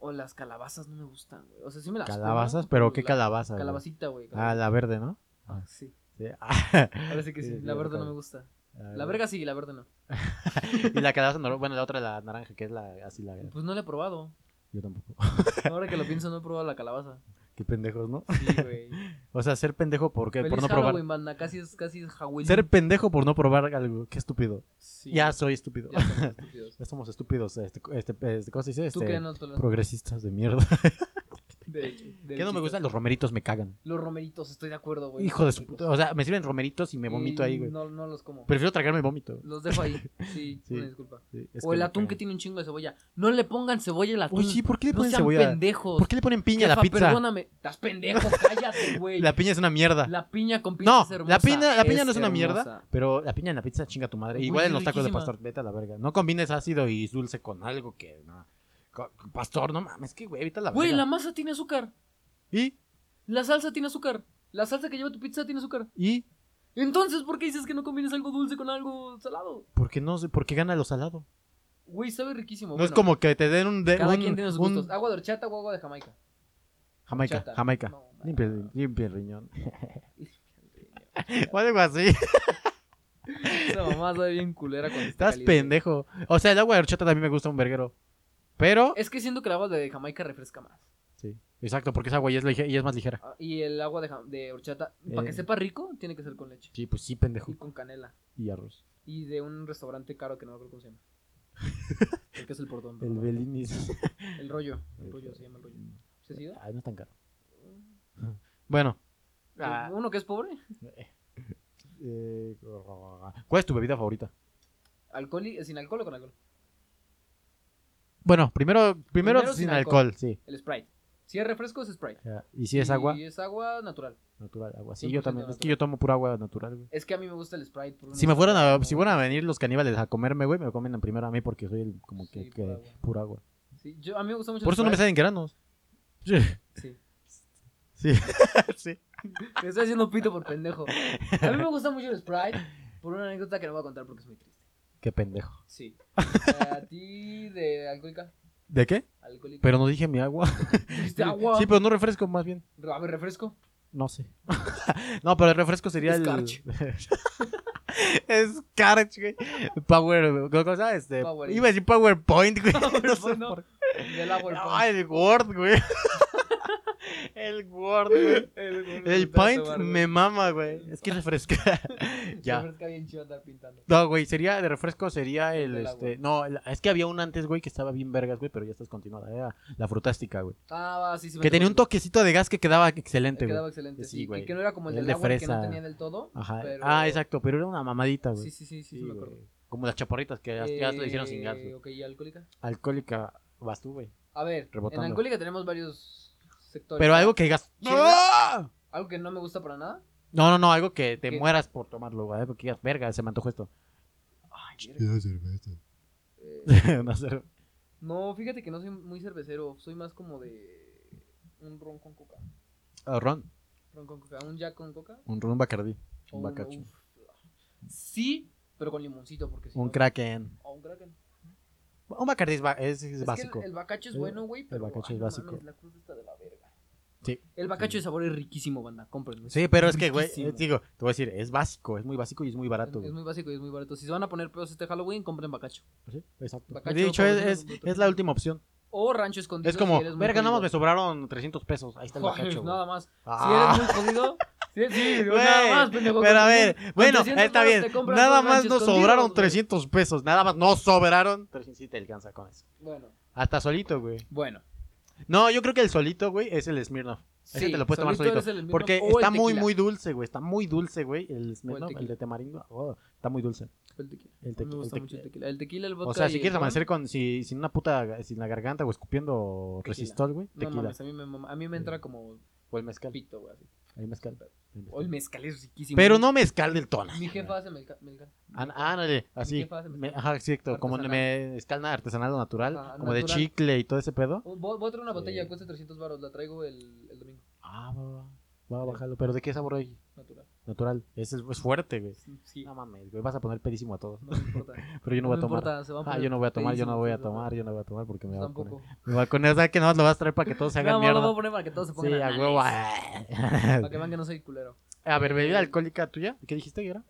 O las calabazas no me gustan, güey. O sea, sí me las como,
Calabazas, pero ¿qué
Pues la-
calabaza? güey?
Calabacita, güey.
Ah, la verde, ¿no?
Ah, Sí,
Sí. Ah,
ahora sí que sí.
Sí,
La
sí,
verde
la
no me
cal-
gusta. La verga sí, la verde no.
Y la calabaza, nor- bueno, la otra, la naranja, que es la así la.
Pues no la he probado.
Yo tampoco.
Ahora que lo pienso, no he probado la calabaza.
Qué pendejos, ¿no?
Sí, güey.
O sea, ser pendejo por qué?
Feliz
por no probar.
Halloween, banda. Casi es, casi es Halloween.
Ser pendejo por no probar algo. Qué estúpido.
Pues Sí,
Ya soy estúpido.
ya somos estúpidos.
Ya somos estúpidos. Este, este, este, ¿Cómo se dice?
¿Tú
Este,
qué no toleras?
Progresistas de mierda.
De- de
¿Qué no me
chiquitos.
gustan? Los romeritos me cagan.
Los romeritos, estoy de acuerdo, güey.
Hijo de su puta. O sea, me sirven romeritos y me
pues, Y
vomito ahí, güey.
No, no los como.
Prefiero tragarme vómito.
Los dejo ahí. Sí,
Sí.
una disculpa.
Sí, es
o el
me
atún que
cagan.
tiene un chingo de cebolla. No le pongan cebolla al atún.
Uy, sí, ¿por qué le
no
ponen
sean
cebolla?
pendejos.
¿Por qué le ponen piña a la
Jefa,
pizza?
Perdóname. Estás pendejo, cállate, güey.
La
La,
piña es una mierda.
piña con pizza
No,
es hermosa.
la piña, la piña no es una
hermosa.
mierda, pero la piña en la pizza chinga tu madre.
Uy,
Igual en
es
los tacos de
riquísima.
pastor, vete a la verga. No combines ácido y dulce con algo que no. Co- Pastor, no mames, que güey, evita la
Güey,
verga.
la masa tiene azúcar.
Y,
La salsa tiene azúcar. La salsa que lleva tu pizza tiene azúcar.
y,
Entonces, ¿por qué dices que no combines algo dulce con algo salado?
¿por qué no? sé? ¿Por qué gana lo salado?
Güey, sabe riquísimo.
No
bueno,
es como que te den un. de-
Cada
Eh, un-
quien tiene sus
un-
gustos. Agua de horchata o agua de Jamaica.
Jamaica,
Chata.
Jamaica.
No, no,
limpia,
no, no.
limpia el riñón. O algo así.
Esa mamá sabe bien culera cuando está
Estás
caliente.
pendejo. O sea, el agua de horchata también me gusta un verguero. Pero.
Es que siento que el agua de Jamaica refresca más.
Sí, exacto, porque esa agua ya es, lige- ya es más ligera.
Ah, Y el agua de, ja- de horchata, para que
Eh.
sepa rico, tiene que ser con leche.
Sí, pues sí, pendejo.
Y con canela.
Y arroz.
Y de un restaurante caro que no me acuerdo cómo se llama. el que es el portón.
El
perdón.
Belinis.
El rollo. El rollo, se llama el rollo. ¿Se sigue?
Ay, no es tan caro. Bueno. Ah,
Uno que es pobre.
eh, ¿Cuál es tu bebida favorita?
Alcohol y- eh, ¿Sin alcohol o con alcohol?
Bueno, primero, primero,
Primero
sin,
sin
alcohol,
alcohol.
sí.
El Sprite. Si es refresco, es Sprite.
Ah, Y si es agua,
Y es agua natural.
natural, agua. Sí, yo
100%
también. Es que
natural.
yo tomo pura agua natural, güey.
Es que a mí me gusta el Sprite. por una
Si me fueran a,
razón.
si fueran a venir los caníbales a comerme, güey, me lo comen primero a mí porque soy el, como que,
Sí,
que-
pura agua.
pura agua.
Sí, yo- a mí me gusta mucho
Por
el
eso no me
Sprite.
salen granos. Sí,
Sí.
sí. sí.
Me estoy haciendo pito por pendejo. A mí me gusta mucho el Sprite por una anécdota que no voy a contar porque es muy triste.
Qué pendejo.
Sí. A ti de alcohólica.
¿De qué?
Alcohólica.
Pero no dije mi agua.
Dijiste agua.
Sí, pero no refresco, más bien.
A ver, refresco.
No sé. no, pero el refresco sería
Escarch.
el. Escarch, güey. Power. ¿Cómo se llama? Este,
Powerade.
iba a decir PowerPoint, güey. no sé
no.
por-
Del agua. el
Ah, el Word, güey. el Word, güey.
Pint. El,
El Paint me mama, güey. Es que refresca. ya.
Refresca bien chido andar pintando.
No, güey, sería de refresco, sería el,
Del
este, no, el- es que había un antes, güey, que estaba bien vergas, güey, pero ya está descontinuada, era la frutástica, güey,
Ah, va, sí, sí. me
que
tocó,
tenía un
sí.
toquecito de gas que quedaba excelente, güey.
Quedaba excelente.
Sí,
Sí,
güey.
Que, que no era como el,
El
del
de
agua que
fresa.
no tenía del todo.
Ajá.
pero-
Ah, exacto, pero era una mamadita, güey.
Sí, sí, sí, sí, sí,
Sí,
me
güey.
acuerdo.
Como las chaparritas que ya, ya se le hicieron sin gas,
Eh,
güey.
Ok, ¿y alcohólica?
Alcohólica vas tú, güey.
A ver,
Rebotando.
en alcohólica tenemos varios sectores.
Pero algo que digas.
¿Chela?
"Ah".
Algo que no me gusta para nada.
No, no, no, algo que te
¿Qué?
mueras por tomarlo, güey. Porque digas, verga, se me antojó esto.
Ay, verga.
Quiero cerveza.
Eh,
No sé.
No, fíjate que no soy muy cervecero, soy más como de un ron con coca.
Ah, ron.
Ron con coca, un jack con coca.
Un ron bacardí.
o
Un bacacho.
uf. ah. Sí, pero con limoncito, porque si
Un
no-
kraken.
o un Kraken.
Un bacardí es, ba- es- es
Es que
básico.
el, el bacacho es
Eh,
bueno, güey, pero.
bacacho
ay,
es
no
básico.
mames, la cruz está de la verga.
Sí.
El bacacho de sabor es riquísimo, banda, cómprenlo.
Sí, pero es que, güey,
riquísimo.
eh, digo, te voy a decir, es básico, es muy básico y es muy barato.
Es, es
güey.
muy básico y es muy barato. Si se van a poner pedos este Halloween, compren bacacho.
Sí, exacto.
Bacacho,
De hecho, es,
por
es-
ejemplo,
es la última opción.
O rancho escondido.
Es como,
si eres muy
verga, nada más me
jodido.
sobraron 300 pesos. Ahí está el
Ay,
bacacho. güey.
Nada más.
Ah.
Si eres muy jodido. Sí, sí,
Güey,
nada más, pendejo.
Pero a
con
ver,
300
bueno,
pesos
está bien.
te compras
Nada
dos
más
ranchos
nos sobraron
escondidos,
300
güey.
pesos. Nada más nos sobraron 300 y te alcanza con eso.
Bueno,
Hasta solito, güey.
bueno.
No, yo creo que el solito, güey, es el Smirnoff. Ese te lo puedes tomar solito.
es el mismo,
Porque
o el
está muy,
tequila.
muy dulce, güey. Está muy dulce, güey. El Smirnoff, el,
tequila.
de tamarindo. oh, está muy dulce.
el tequila.
El
A mí
tequi- eh.
me gusta
el
mucho el
tequi-
tequila. El tequila, el vodka.
O sea,
y
si
el
quieres
ron,
amanecer con, si, sin una puta, sin la garganta o escupiendo
Tequila.
resistol, güey,
No
tequila.
mames, a mí me, mama- a mí me entra como
o el mezcal.
pito, güey. así.
El mezcal. El mezcal.
O el mezcal es riquísimo.
Pero
güey.
no mezcal del tona.
Mi jefa hace mezca- mezcal.
An- Ándale, así.
jefa hace
Me-
mezcal.
Ajá, exacto. Como
Artesanal.
me, mezcal nada, artesanal o natural,
Ajá,
como de
natural.
chicle y todo ese pedo.
Oh, Voy voy a traer una
Sí.
botella, cuesta 300 baros, la traigo el, el domingo.
Ah, va, va, va a bajarlo. Pero ¿de qué sabor hay?
Natural.
Natural. Ese es, es fuerte, güey.
Sí,
No mames, güey, vas a poner pedísimo a todos.
no me importa.
Pero Ah. yo no, voy
me
a tomar.
importa, se van
Ah,
por
yo no voy a tomar, yo no
pedísimos,
voy a
entonces,
tomar, yo no voy a tomar porque me
Yo
va a poner.
tampoco.
Me va a poner, o sea, que nada más lo vas a traer para que todos se hagan
No, no,
mierda.
lo voy a poner para que todos se pongan
sí, a
anales,
huevo. ah.
Para que vean que no soy culero.
A ver, bebida alcohólica tuya. ¿Qué dijiste que era?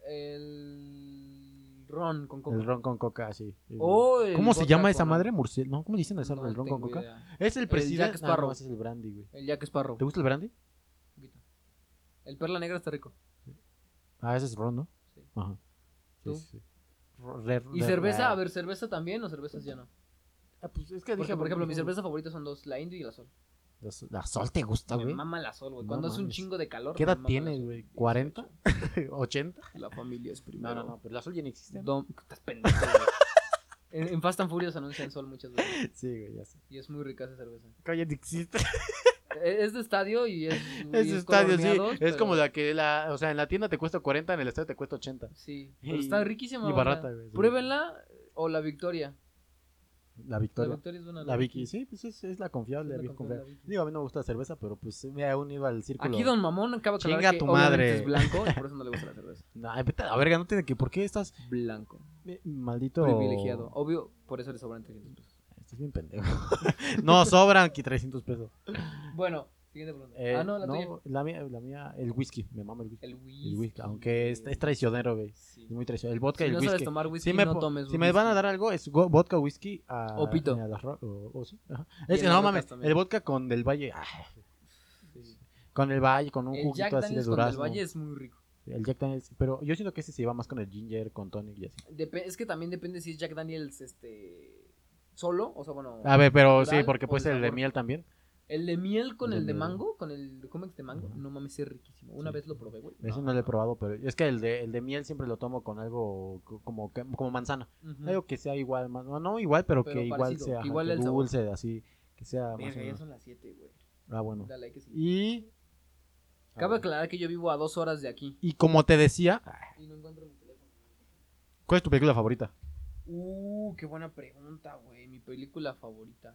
El ron con coca.
El ron con coca, Oh, sí.
O el
¿Cómo se
vodka
llama esa
con-
madre? Murciélago. No, ¿cómo le dicen eso?
No
el ron con
tengo
coca.
idea.
Es el
Jack
presidente. Ah,
Sparrow.
no, ese es el brandy, güey.
El Jack Sparrow.
¿Te gusta el brandy?
un poquito. El Perla Negra está rico.
Ah, ese es ron, ¿no?
Sí.
Ajá.
¿Tú?
Ro- re-
¿Y
re-
cerveza?
re-
A ver, ¿cerveza también o cervezas ya no?
Ah, pues es que
Porque,
dije,
por ejemplo, mi cerveza favorita son dos, la indio y la sol.
La sol- La sol te gusta,
Me
Ah, güey.
mama la sol, güey.
No
Cuando hace un
mames.
chingo de calor.
¿Qué
me
edad
mama la
tienes,
Sol.
güey? ¿40? ¿80?
La familia es
No,
primero.
no, no, pero la sol ya no existe.
Dom- estás pendejo, güey. En, en Fast and Furious anuncian sol muchas veces.
Sí, güey, ya sé.
Y es muy rica esa cerveza.
Que ya no existe.
E- Es de estadio y es. y
Ese estadio, sí.
color
Es
meados,
como
pero-
la que, la, o sea, en la tienda te cuesta 40, en el estadio te cuesta 80.
Sí,
Y-
pero está riquísima.
y
o sea,
barata, güey, sí.
Pruébenla o la victoria.
La
La
victoria.
victoria es buena.
La Vicky, sí, pues es, es la confiable,
Es la
la Vicky
confiable,
confiable.
la Vicky.
Digo, a mí no me gusta la cerveza, pero pues me ha unido al círculo.
Aquí Don Mamón acaba de aclarar
Chinga
que
tu
obviamente
madre.
es blanco y por eso no le gusta la cerveza.
No, vete a la verga, no tiene que. ¿Por qué estás
Blanco.
eh, maldito.
Privilegiado. Obvio, por eso le sobran 300 pesos.
Estás bien pendejo. no, sobran aquí 300 pesos.
Bueno, siguiente pregunta.
Eh,
ah, no, la tuya.
la mía, la mía, el whisky. Me mama el whisky.
El
El,
whisky.
whisky, aunque es, es traicionero, güey.
Sí.
Es muy traicionero. El vodka
Si
y el
no sabes
whisky.
tomar
Si
whisky,
me,
no
po-
tomes
si me van a
whisky.
dar algo, es go- vodka, whisky. A,
O pito.
a las ro- o- o sí, ajá.
Y
Es que
en
no
las rocas
mames.
también.
El vodka con del valle. ah,
Sí.
con el valle, con un
El Jack
juguito así de
Daniels con el
durazno.
Valle es muy rico.
El Jack Daniels. Pero yo siento que ese se lleva más con el ginger, con tonic y así.
Dep- es que también depende si es Jack Daniels este solo, o sea, bueno,
A ver, pero sí,
¿Natural
porque
o
puede
de
ser el de
sabor?
miel también.
el de miel con
El de
el de
miel.
mango, con el Comex de mango,
Ajá.
no mames, es riquísimo. Una
Sí.
vez lo probé, güey.
Ese no lo he probado, pero es que el de, el de miel siempre lo tomo con algo co- como, que- como manzana.
Ujú.
Algo que sea igual, más, no, no igual, Mm. pero,
Pero
que igual
parecido,
sea ajá,
igual
que
el sabor.
dulce, así, que sea más o
Verga, ya
menos.
son las 7, güey.
Ah, bueno.
Dale, hay que seguir.
Y, ah,
Cabe
bueno.
aclarar que yo vivo a dos horas de aquí
y como te decía,
y no encuentro mi teléfono.
¿cuál es tu película favorita?
Uh, qué buena pregunta, güey. Mi película favorita.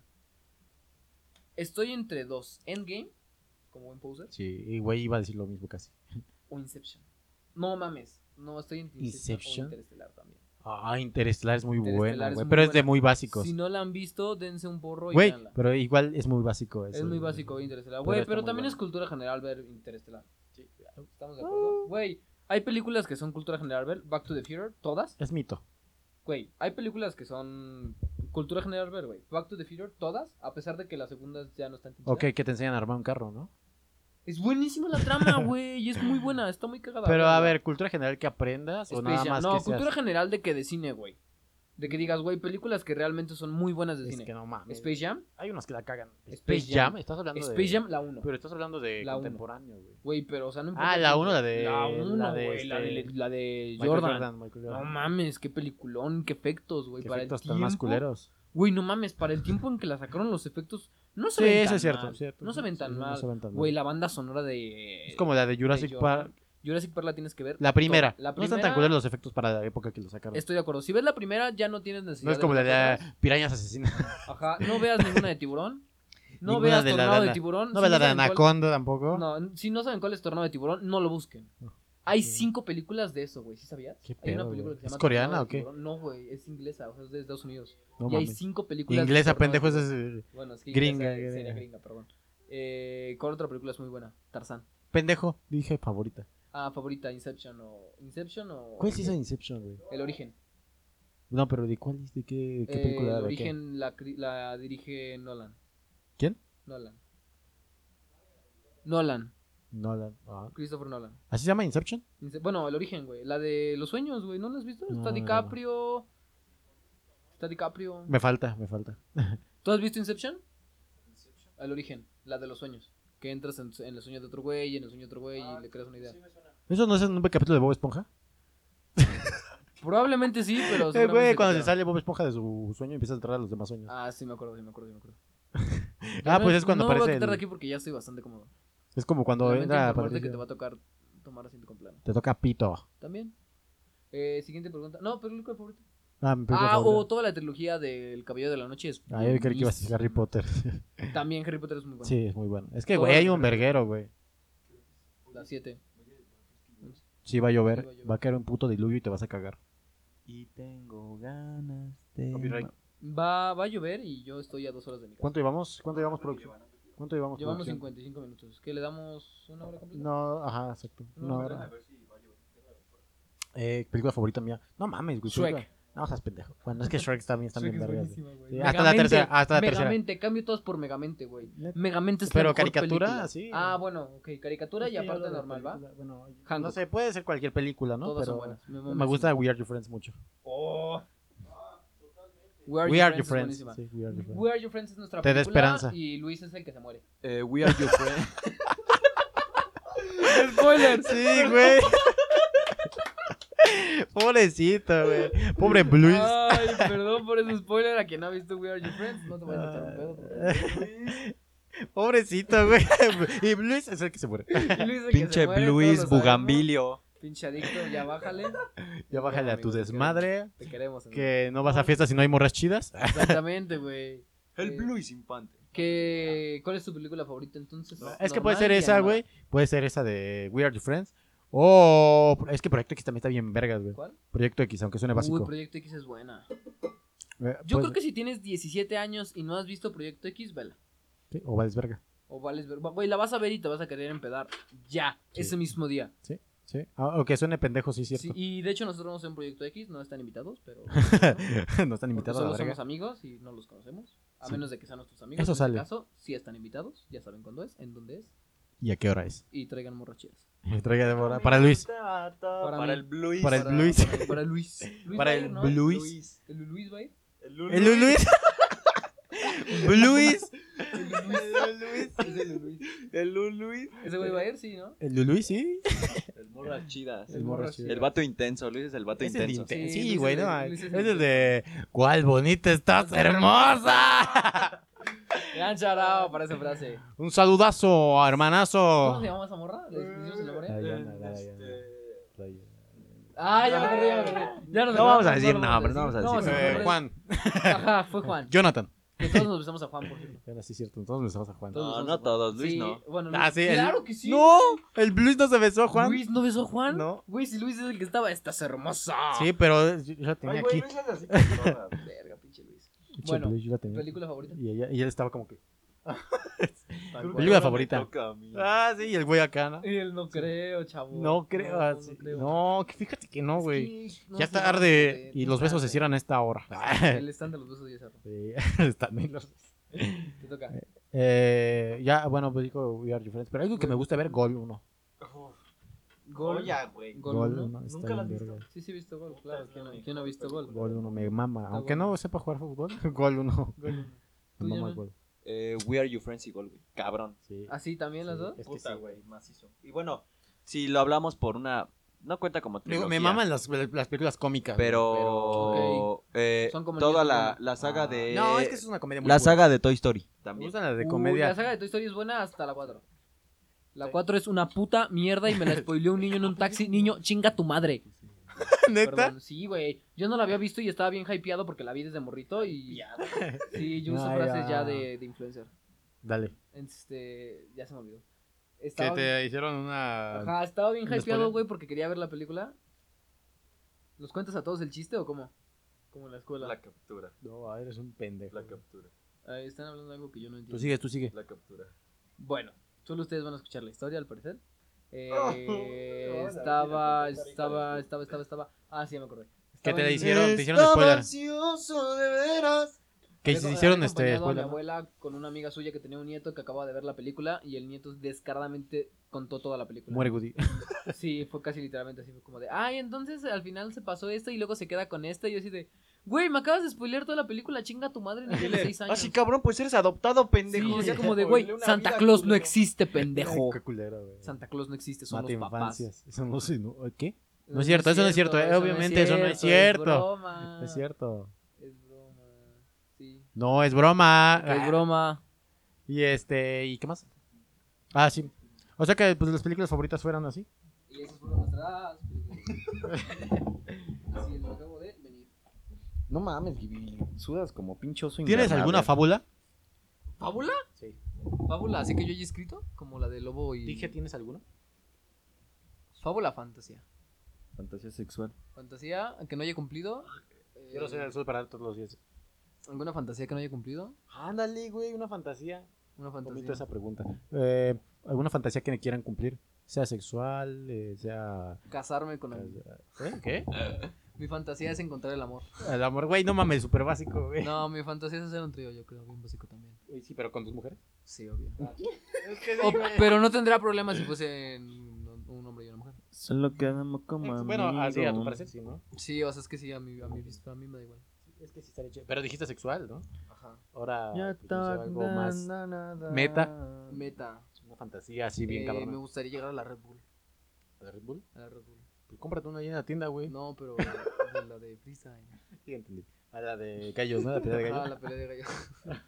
Estoy entre dos: Endgame, como buen poser,
Sí, y güey, iba a decir lo mismo casi.
o Inception. No mames, no estoy entre Inception,
Inception.
o Interestelar también.
Ah, Interestelar es muy
Interestelar
buena,
es
güey,
muy
pero es de
buena.
muy básicos.
Si no la han visto, dense un borro y
Güey,
véanla.
pero igual es muy básico.
Es
eso,
muy
güey.
básico ver Interestelar.
Pero
Güey,
está
pero
muy
también
bueno.
es cultura general ver Interestelar. ¿Estamos de
Ah.
acuerdo? Güey, hay películas que son cultura general ver. Back to the Future, todas.
Es mito.
Güey, hay películas que son cultura general ver, güey. Back to the Future, todas, a pesar de que las segundas ya no están tan chidas.
Ok, que te enseñan a armar un carro, ¿no?
Es buenísima la trama, güey. Y es muy buena, está muy cagada.
Pero a
Véanla.
ver, cultura general que aprendas o
Space
nada
Jam.
más
No,
que seas-
cultura general de que de cine, güey. De que digas, güey, películas que realmente son muy buenas de
Es
cine.
que no mames.
Space Jam,
Hay unos que la cagan.
Space
Space Jam,
Jam.
estás hablando de
Space Jam, la 1.
Pero estás hablando de
La uno.
contemporáneo, güey.
Güey, pero o sea, no importa.
Ah, la
quién,
1
güey.
la de
La 1,
de
güey. La de,
este,
la de
Michael
Jordan.
Michael
No
Jordan.
mames, qué peliculón, qué efectos, güey.
Qué
Para
efectos
el
tan
tiempo.
más culeros.
Güey, no mames, para el tiempo en que la sacaron los efectos. No se
Sí,
ven
eso
tan
es cierto,
mal,
cierto.
No se ven tan
Sí, no
mal.
se ven tan
Güey,
mal.
la banda sonora de.
Es como la de Jurassic
Jordan.
Park,
Jurassic Park la tienes que ver.
la primera.
La
No están
primera-
tan culeros los efectos para la época que lo sacaron.
Estoy de acuerdo. Si ves la primera, ya no tienes necesidad.
No es
de
como la de
ver las
ah, Pirañas Asesinas.
otras. Ajá, no veas ninguna de tiburón. No
Ninguna
veas
de la
tornado de
Dana-
tiburón.
No
si
ves la de
saben cuál-
Anaconda tampoco.
No, si no saben cuál es tornado de tiburón, no lo busquen. Hay
Sí.
cinco películas de eso, güey. ¿Sí sabías?
¿Qué
Hay
pedo,
una película
güey?
que se llama
¿Es coreana
Tornado de
o qué?
Tiburón. No, güey, es inglesa, o sea, es de Estados Unidos.
No
y hay
mames.
cinco películas.
Inglesa,
de Tornado de
pendejo,
Tiburón.
ese es-
Bueno, es que
Gringa,
inglesa, sería
gringa.
gringa, perdón. Eh, ¿Cuál otra película es muy buena? Tarzán.
Pendejo, dije favorita.
Ah, favorita, Inception o. ¿Inception o.?
¿Cuál es esa Inception, güey?
El origen.
No, pero ¿de cuál es? ¿De qué, qué
Eh,
película?
el
¿De qué?
origen la, cri- la dirige Nolan.
¿Quién?
Nolan. Nolan.
Nolan. Ah.
Christopher Nolan.
¿Así se llama Inception?
Ince- Bueno, el origen, güey. La de los sueños, güey. ¿No la has visto?
No, no,
Está
no.
DiCaprio. Está DiCaprio.
Me falta, me falta.
¿Tú has visto Inception? El origen. La de los sueños. Que entras en, en el sueño de otro güey, en el sueño de otro güey y le creas una idea.
¿Eso no es un capítulo de Bob Esponja?
Probablemente sí, pero.
Eh,
seguramente
güey, cuando
te
se sale Bob Esponja de su sueño, empieza a entrar a los demás sueños.
Ah, sí, me acuerdo, sí, me acuerdo, sí, me acuerdo.
Ah,
No,
pues es cuando
no
aparece.
No voy a quitar de
el-
aquí porque ya estoy bastante cómodo.
Es como cuando
Lamento
entra.
informarte que
Patricio.
te va a tocar tomar asiento con plano.
Te toca pito.
También. Eh, siguiente pregunta. No, película favorita.
Ah, mi película
Ah, oh, o
favorita.
toda la trilogía del Caballero de la Noche es.
Ah, yo creí que ibas a decir
buenísima.
Harry Potter.
También Harry Potter es muy bueno.
Sí, es muy bueno. Es que,
Todo
güey,
lo
hay
que
un verguero, güey.
La 7.
Sí, va a
Sí,
llover.
va a llover.
Va a caer un puto diluvio y te vas a cagar.
Y tengo ganas de...
Copyright.
Va, va a llover y yo estoy a dos horas de mi casa.
¿Cuánto llevamos? ¿Cuánto llevamos producción? ¿Cuánto llevamos
Llevamos
producción?
55 minutos. ¿Qué le damos una hora completa?
No, ajá, exacto.
Una
Una
hora.
hora. Eh, película favorita mía. No mames, güey.
Shrek.
película- No, seas pendejo. Bueno, es que Shrek también está bien vergas. güey. Sí,
Megamente,
hasta la tercera, hasta la tercera.
Megamente, cambio todas por Megamente, güey.
Neta.
Megamente es la
Pero
mejor
caricatura,
película.
sí.
Ah, bueno, ok, caricatura y
Sí,
aparte
hablo de
normal, ¿va?
película. Bueno, no
Hancock.
sé, puede ser cualquier película, ¿no?
Todas
Pero
son buenas.
Me gusta We Are Your Friends mucho.
We
We
Are, Your Friends. es buenísima.
Sí, We Are Your Friends.
We Are Your Friends es nuestra
Te da
película
esperanza.
y Luis es el que se muere.
Eh, we are your friend.
Spoiler.
Sí, güey. Pobrecito, güey. Pobre Blues.
Ay, perdón por ese spoiler a quien no ha visto We Are Your Friends. No te voy a echar un pedo.
Pobrecito, güey. Y Blues es el que se muere.
Y Luis es el que se
Pinche
muere,
Bluis
todos lo
Bugambilio.
sabemos. Pinche adicto, ya bájale.
Ya bájale a tu
Amigos,
desmadre.
Te queremos. amigo.
Que no vas a fiestas si no hay morras chidas.
Exactamente, güey. Eh,
Bluis Infante.
¿Qué- ¿Cuál es tu película favorita entonces?
Es que puede
Normal
ser
y
esa,
animada.
güey. Puede ser esa de We Are Your Friends. O es que Proyecto X también está bien vergas, güey.
¿Cuál?
Proyecto X, aunque suene
Uy,
básico.
Proyecto X es buena.
Eh,
Yo
pues,
creo que si tienes 17 años y no has visto Proyecto X, vela.
sí, O vales verga.
O vales ver. Güey, la vas a ver y te vas a querer empedar ya,
Sí.
ese mismo día.
Sí. Ah, aunque suene pendejo, sí, cierto.
Sí, y de hecho nosotros no somos Proyecto X, no están invitados, pero...
no están
Porque
invitados a la
solo
verga.
somos amigos y no los conocemos. A
Sí.
menos de que sean nuestros amigos.
Eso
en
sale.
Este caso, sí están invitados, ya saben cuándo es, en dónde es,
¿Y a qué hora es?
y traigan morracheras.
Traiga de mora- Para Luis.
Para,
mí.
el Bluis.
Para el Luis.
Para, para Luis. Luis
Para
va a
el
ir, ¿no?
Bluis.
¿El Luis va a ir?
El
El Luis. Luis.
¿El Luis? Es el Luis.
El Luis.
¿Ese güey va a ir? Sí, ¿no?
El Luis, sí.
El Morra Chidas.
El morro chido.
El vato intenso. Luis es el vato
Es el
intenso.
inte-
Sí,
Sí,
Luis
güey,
es el-
no.
Luis
Es
es el
el de. ¡Cuál bonita estás, hermosa!
Gran charao para esa frase.
Un saludazo,
¿Cómo
hermanazo.
se llama esa morra? ¿Le decimos el nombre?
Ay,
Eh,
Dayana, Dayana.
este,
Eh, Ah, ya me acordé, ya me acordé. Ya nos
No vamos a
acordamos,
decir nombre, no vamos a
No,
decir.
se me
Eh,
ocurre.
Juan.
Ajá, fue Juan.
Jonathan.
Que todos nos besamos a Juan, por cierto.
Bueno, sí, cierto. Entonces besamos a Juan.
Todos nos
No,
besamos
no
a Juan.
todos, Luis
Sí,
no.
Bueno, Luis,
Ah, sí, el-
claro que sí.
¡No! El Luis no se besó, Juan.
Luis no besó a Juan.
No.
Güey, si Luis es el que estaba, estás hermosa.
Sí, pero yo yo la tenía aquí.
Verga, pinche Luis.
Pinche
Bueno,
Luis, yo la tenía aquí.
¿Película favorita?
Y, ella, y él estaba como que.
Película
favorita. Ah, sí, y el güey acá, ¿no?
Y él no creo, chavo.
No creo.
No,
ah,
no
sí.
creo.
No, que fíjate que no,
Es
güey.
que no
Ya
sé,
está tarde
güey,
y los besos se
tarde.
cierran a esta hora. Ah,
El stand de los besos ya cerró.
Sí, están bien los-
Te toca.
Eh, ya, bueno, pues dijo We Are Your Friends. Pero algo que me gusta ver, Gol 1.
Gol.
güey.
Gol, uno.
está
Nunca
bien
lo has visto.
verga.
Sí, sí, he visto gol, claro. ¿Quién, no- quién no ha visto gol?
Gol 1 me mama.
Está
Aunque no
bueno.
sepa jugar fútbol, Gol 1.
Gol uno.
Pues Me
¿Tú,
mama
Jonathan?
Gol.
Eh, We Are Your Friends igual, güey. Cabrón.
Sí.
¿Así ¿Ah, también las
Sí,
dos?
es que
Puta,
sí.
güey. Macizo. Y bueno, si lo hablamos por una. No cuenta como
Digo,
trilogía.
me maman las, las películas cómicas.
Pero. eh,
Son como
toda
niños
la,
de
la saga
Ah.
de.
No, es que es una comedia muy
La
buena.
saga de Toy Story.
Me
También.
gustan las de
Uy,
comedia.
Uh, la saga de Toy Story es buena hasta la 4. La 4 es una puta mierda y me la spoileó un niño en un taxi. Niño, chinga tu madre. Perdón, sí, güey. Yo no la había visto y estaba bien hypeado porque la vi desde morrito y ya. Sí, yo uso
Ay,
frases
Ah, ya.
ya de, de influencer.
Dale.
Este, ya se me olvidó.
Que
Estaba,
te hicieron una.
ajá, estaba bien
¿Un
hypeado,
spoiler?
güey, porque quería ver la película. ¿Los cuentas a todos el chiste o cómo? Como en la escuela.
captura.
No, eres un pendejo.
captura.
Ay, Eh, están hablando de algo que yo no entiendo.
Tú sigues, tú sigues.
La captura.
Bueno, solo ustedes van a escuchar la historia, al parecer. Eh, estaba, estaba, estaba, estaba, estaba. Ah, sí, ya me acordé.
¿Qué
Estaba
te
en-
hicieron? Te hicieron spoiler.
ansioso de veras.
Que
Había
se
co-
hicieron
había
este
acompañado a
spoiler.
Mi abuela con una amiga suya que tenía un nieto que acababa de ver la película y el nieto descaradamente contó toda la película.
Muere Woody.
Sí, fue casi literalmente así, fue como de, ay, entonces al final se pasó esto y luego se queda con esta y yo así de, güey, me acabas de spoilear toda la película, chinga tu madre, ni tiene seis años.
Así cabrón, pues eres adoptado, pendejo.
"Ah, Sí,
Ya
es como de, güey, Santa Claus no existe, pendejo.
Qué culera, güey.
Santa Claus no existe, son
Mata
los papás.
infancias. Son los inu- ¿Qué? No es cierto, eso no es cierto, eh, obviamente eso no es
Es
cierto.
broma.
Ah.
Es cierto.
Es broma. Sí.
No, es broma.
Es broma.
Y este, ¿y qué más? Ah, sí. O sea que pues, las películas favoritas fueran así.
Y esas fueron nuestras películas. pues. Así lo acabo de venir.
No mames, Gibi, sudas como pinchoso.
¿Tienes alguna fábula?
¿Fábula?
Sí.
¿Fábula? Así que yo he escrito, como la de Lobo y...
Dije, ¿tienes alguna?
Fábula fantasía.
Fantasía sexual.
Fantasía que no haya cumplido. eh,
Quiero ser el sol para todos los días.
¿Alguna fantasía que no haya cumplido?
Ándale, güey, una fantasía.
Una fantasía.
Omito esa pregunta. Eh, ¿Alguna fantasía que me quieran cumplir? Sea sexual, eh, sea...
Casarme con alguien.
¿Eh? ¿Qué?
Mi fantasía es encontrar el amor.
El amor, güey, no mames, súper básico, güey.
No, mi fantasía es hacer un trío, yo creo, bien básico también.
Güey, Sí, pero con tus mujeres.
Sí, obvio. O- pero no tendría problema si fuese un un hombre y una mujer.
Solo quedamos como
bueno, así a tu
amigos.
parecer, sí, ¿no?
Sí, o sea, es que sí, a mí, a mí, a mí me da igual.
Es que sí estaría chido. Pero dijiste sexual, ¿no?
Ajá.
Ahora pues, no
Ya
sé,
está,
algo más
na, na, na.
meta.
Meta.
una fantasía así bien
Eh,
cabrón.
me gustaría llegar a la Red Bull.
¿La de Red Bull?
A la Red Bull.
Pues cómprate una ahí en la tienda, güey.
No, pero la, la de freestyle.
Sí, entendí. A la de gallos, ¿no? La pelea de
Ah,
gallos.
la pelea de gallos.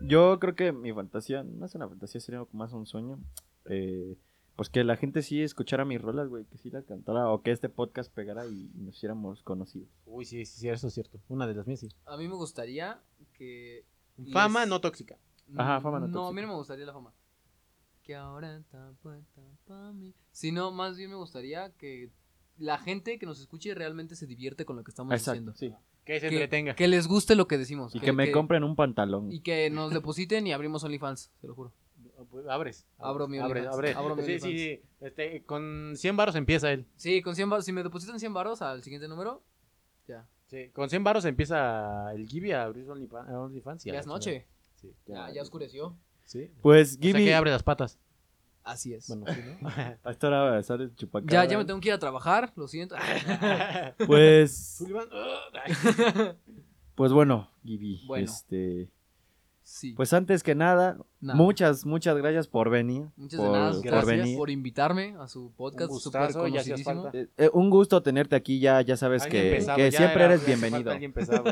Yo creo que mi fantasía, no es una fantasía, sería más un sueño. Eh, pues que la gente sí escuchara mis rolas, güey, que sí las cantara o que este podcast pegara y nos hiciéramos conocidos.
Uy, sí, sí, sí, eso es cierto. Una de las mías, sí.
A mí me gustaría que... les-
Fama no tóxica.
Ajá, fama
No,
no
a mí
tóxica.
no me gustaría la fama. Que ahora está puesta pa' mí. Sino, más bien me gustaría que la gente que nos escuche realmente se divierte con lo que estamos
Exacto,
haciendo.
sí.
Que se
Que-
entretenga.
Que les guste lo que decimos.
Y que, me compren un pantalón.
Y que nos depositen y abrimos OnlyFans, te lo juro.
Pues, Abres.
Abro mi
Abres,
OnlyFans.
abres.
Abro mi
sí, sí, sí. Este, con 100 baros empieza él.
Sí, con 100 baros. Si me depositan 100 baros al siguiente número, ya.
Sí, con 100 baros empieza el Gibi a abrir su OnlyFan- eh, OnlyFans. y a
ya
la
es noche. Ah,
chingada. Sí.
Ya, ya oscureció.
Sí.
Pues,
O sea
Gibi,
que abre las patas.
Así es.
Bueno, sí, ¿no?
hasta ahora sale el chupacabra.
ya, ya me tengo que ir a trabajar, lo siento. Ah,
Pues,
Sullivan, ay,
pues bueno, Gibi,
Bueno.
este...
Sí.
Pues antes que nada,
Nada.
muchas, muchas gracias por venir.
Muchas
por,
de nada,
por
gracias
venir.
por invitarme a su podcast
Un
súper
gustazo, ya hacías
conocidísimo.
falta.
Eh, eh, un gusto tenerte aquí, ya, ya sabes
alguien
que,
pesado,
que
ya
siempre
era-
eres
ya hace falta
bienvenido.
alguien pesado.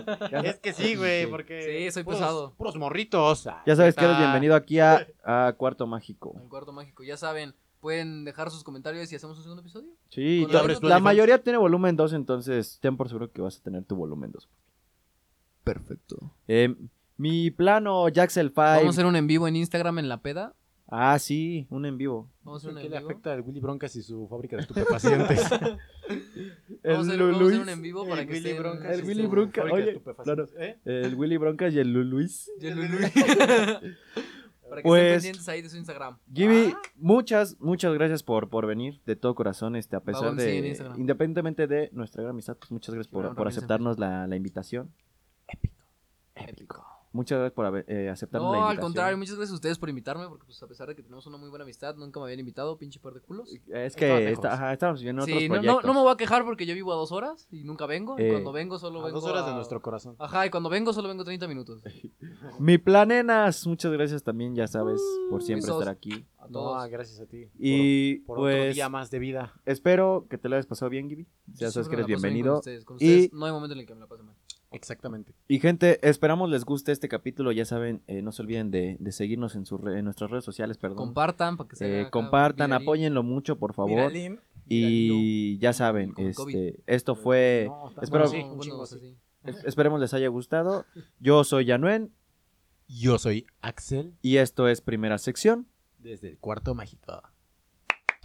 es que sí, güey,
Sí.
porque.
Sí, soy
puros-
pesado.
Puros morritos. ay,
Ya sabes que eres
Ah.
neta.
bienvenido aquí a, a Cuarto Mágico.
El cuarto mágico, ya saben, pueden dejar sus comentarios y hacemos un segundo episodio.
Sí,
Con
la,
abres tu
la
OnlyFans.
mayoría tiene volumen 2, entonces ten por seguro que vas a tener tu volumen 2.
Perfecto.
Eh, mi plano, Jaxel 5.
Vamos a hacer un en vivo en Instagram en la peda.
Ah, sí, un en vivo.
Vamos a hacer un
¿Qué
en
le
vivo.
afecta al Willy Broncas y su fábrica de estupefacientes?
Vamos a
El
hacer, vamos a hacer
Luis.
un en vivo para que estén-
El
estén-
Willy Broncas.
fábrica de
oye,
estupefacientes, ¿eh?
El Willy Broncas y el Luis.
Y el Luis. para que estén
Pues-
pendientes ahí de su Instagram.
Gibi,
Ah.
muchas, muchas gracias por, por venir de todo corazón, este, a pesar
Vamos, sí, en
de,
Instagram.
independientemente de nuestra gran amistad, pues muchas gracias por,
Instagram,
por
rápido,
aceptarnos la, la invitación.
Ah, Épico.
Muchas gracias por haber, eh, aceptarnos la
No,
invitación.
al contrario, muchas gracias a ustedes por invitarme, porque pues a pesar de que tenemos una muy buena amistad, nunca me habían invitado, pinche par de culos.
Es
Estaban
que
lejos.
está, ajá, estábamos viendo otros
Sí, no, no,
proyectos.
no me voy a quejar porque yo vivo a dos horas y nunca vengo, y
Eh,
cuando vengo solo
A
vengo
dos horas de
a-
nuestro corazón.
Ajá, y cuando vengo solo vengo 30 minutos.
Eh, Mi planenas, muchas gracias también, ya sabes, por siempre
Uh, Besos.
estar aquí.
A
No,
todos.
gracias a ti.
Y
por, por otro
pues
día más de vida.
espero que te lo hayas pasado bien, Gibi. Ya sabes que
Siempre
eres
me la paso bien Con
bienvenido.
ustedes, con
Y-
ustedes no hay momento en el que me la pase mal.
Exactamente.
Y gente, esperamos les guste este capítulo. Ya saben, eh, no se olviden de, de seguirnos en, sus re- en nuestras redes sociales, perdón.
Compartan para que se
Eh,
haga acá
compartan,
un viralín.
apóyenlo mucho, por favor. Y ya saben,
Con COVID.
este, esto fue.
No, está-
espero-
bueno, sí,
No,
un
bueno,
chingo
o
sí.
sea, sí.
es- Esperemos les haya gustado. Yo soy Yanuen
Yo soy Axel
y esto es Primera Sección.
desde el cuarto mágico.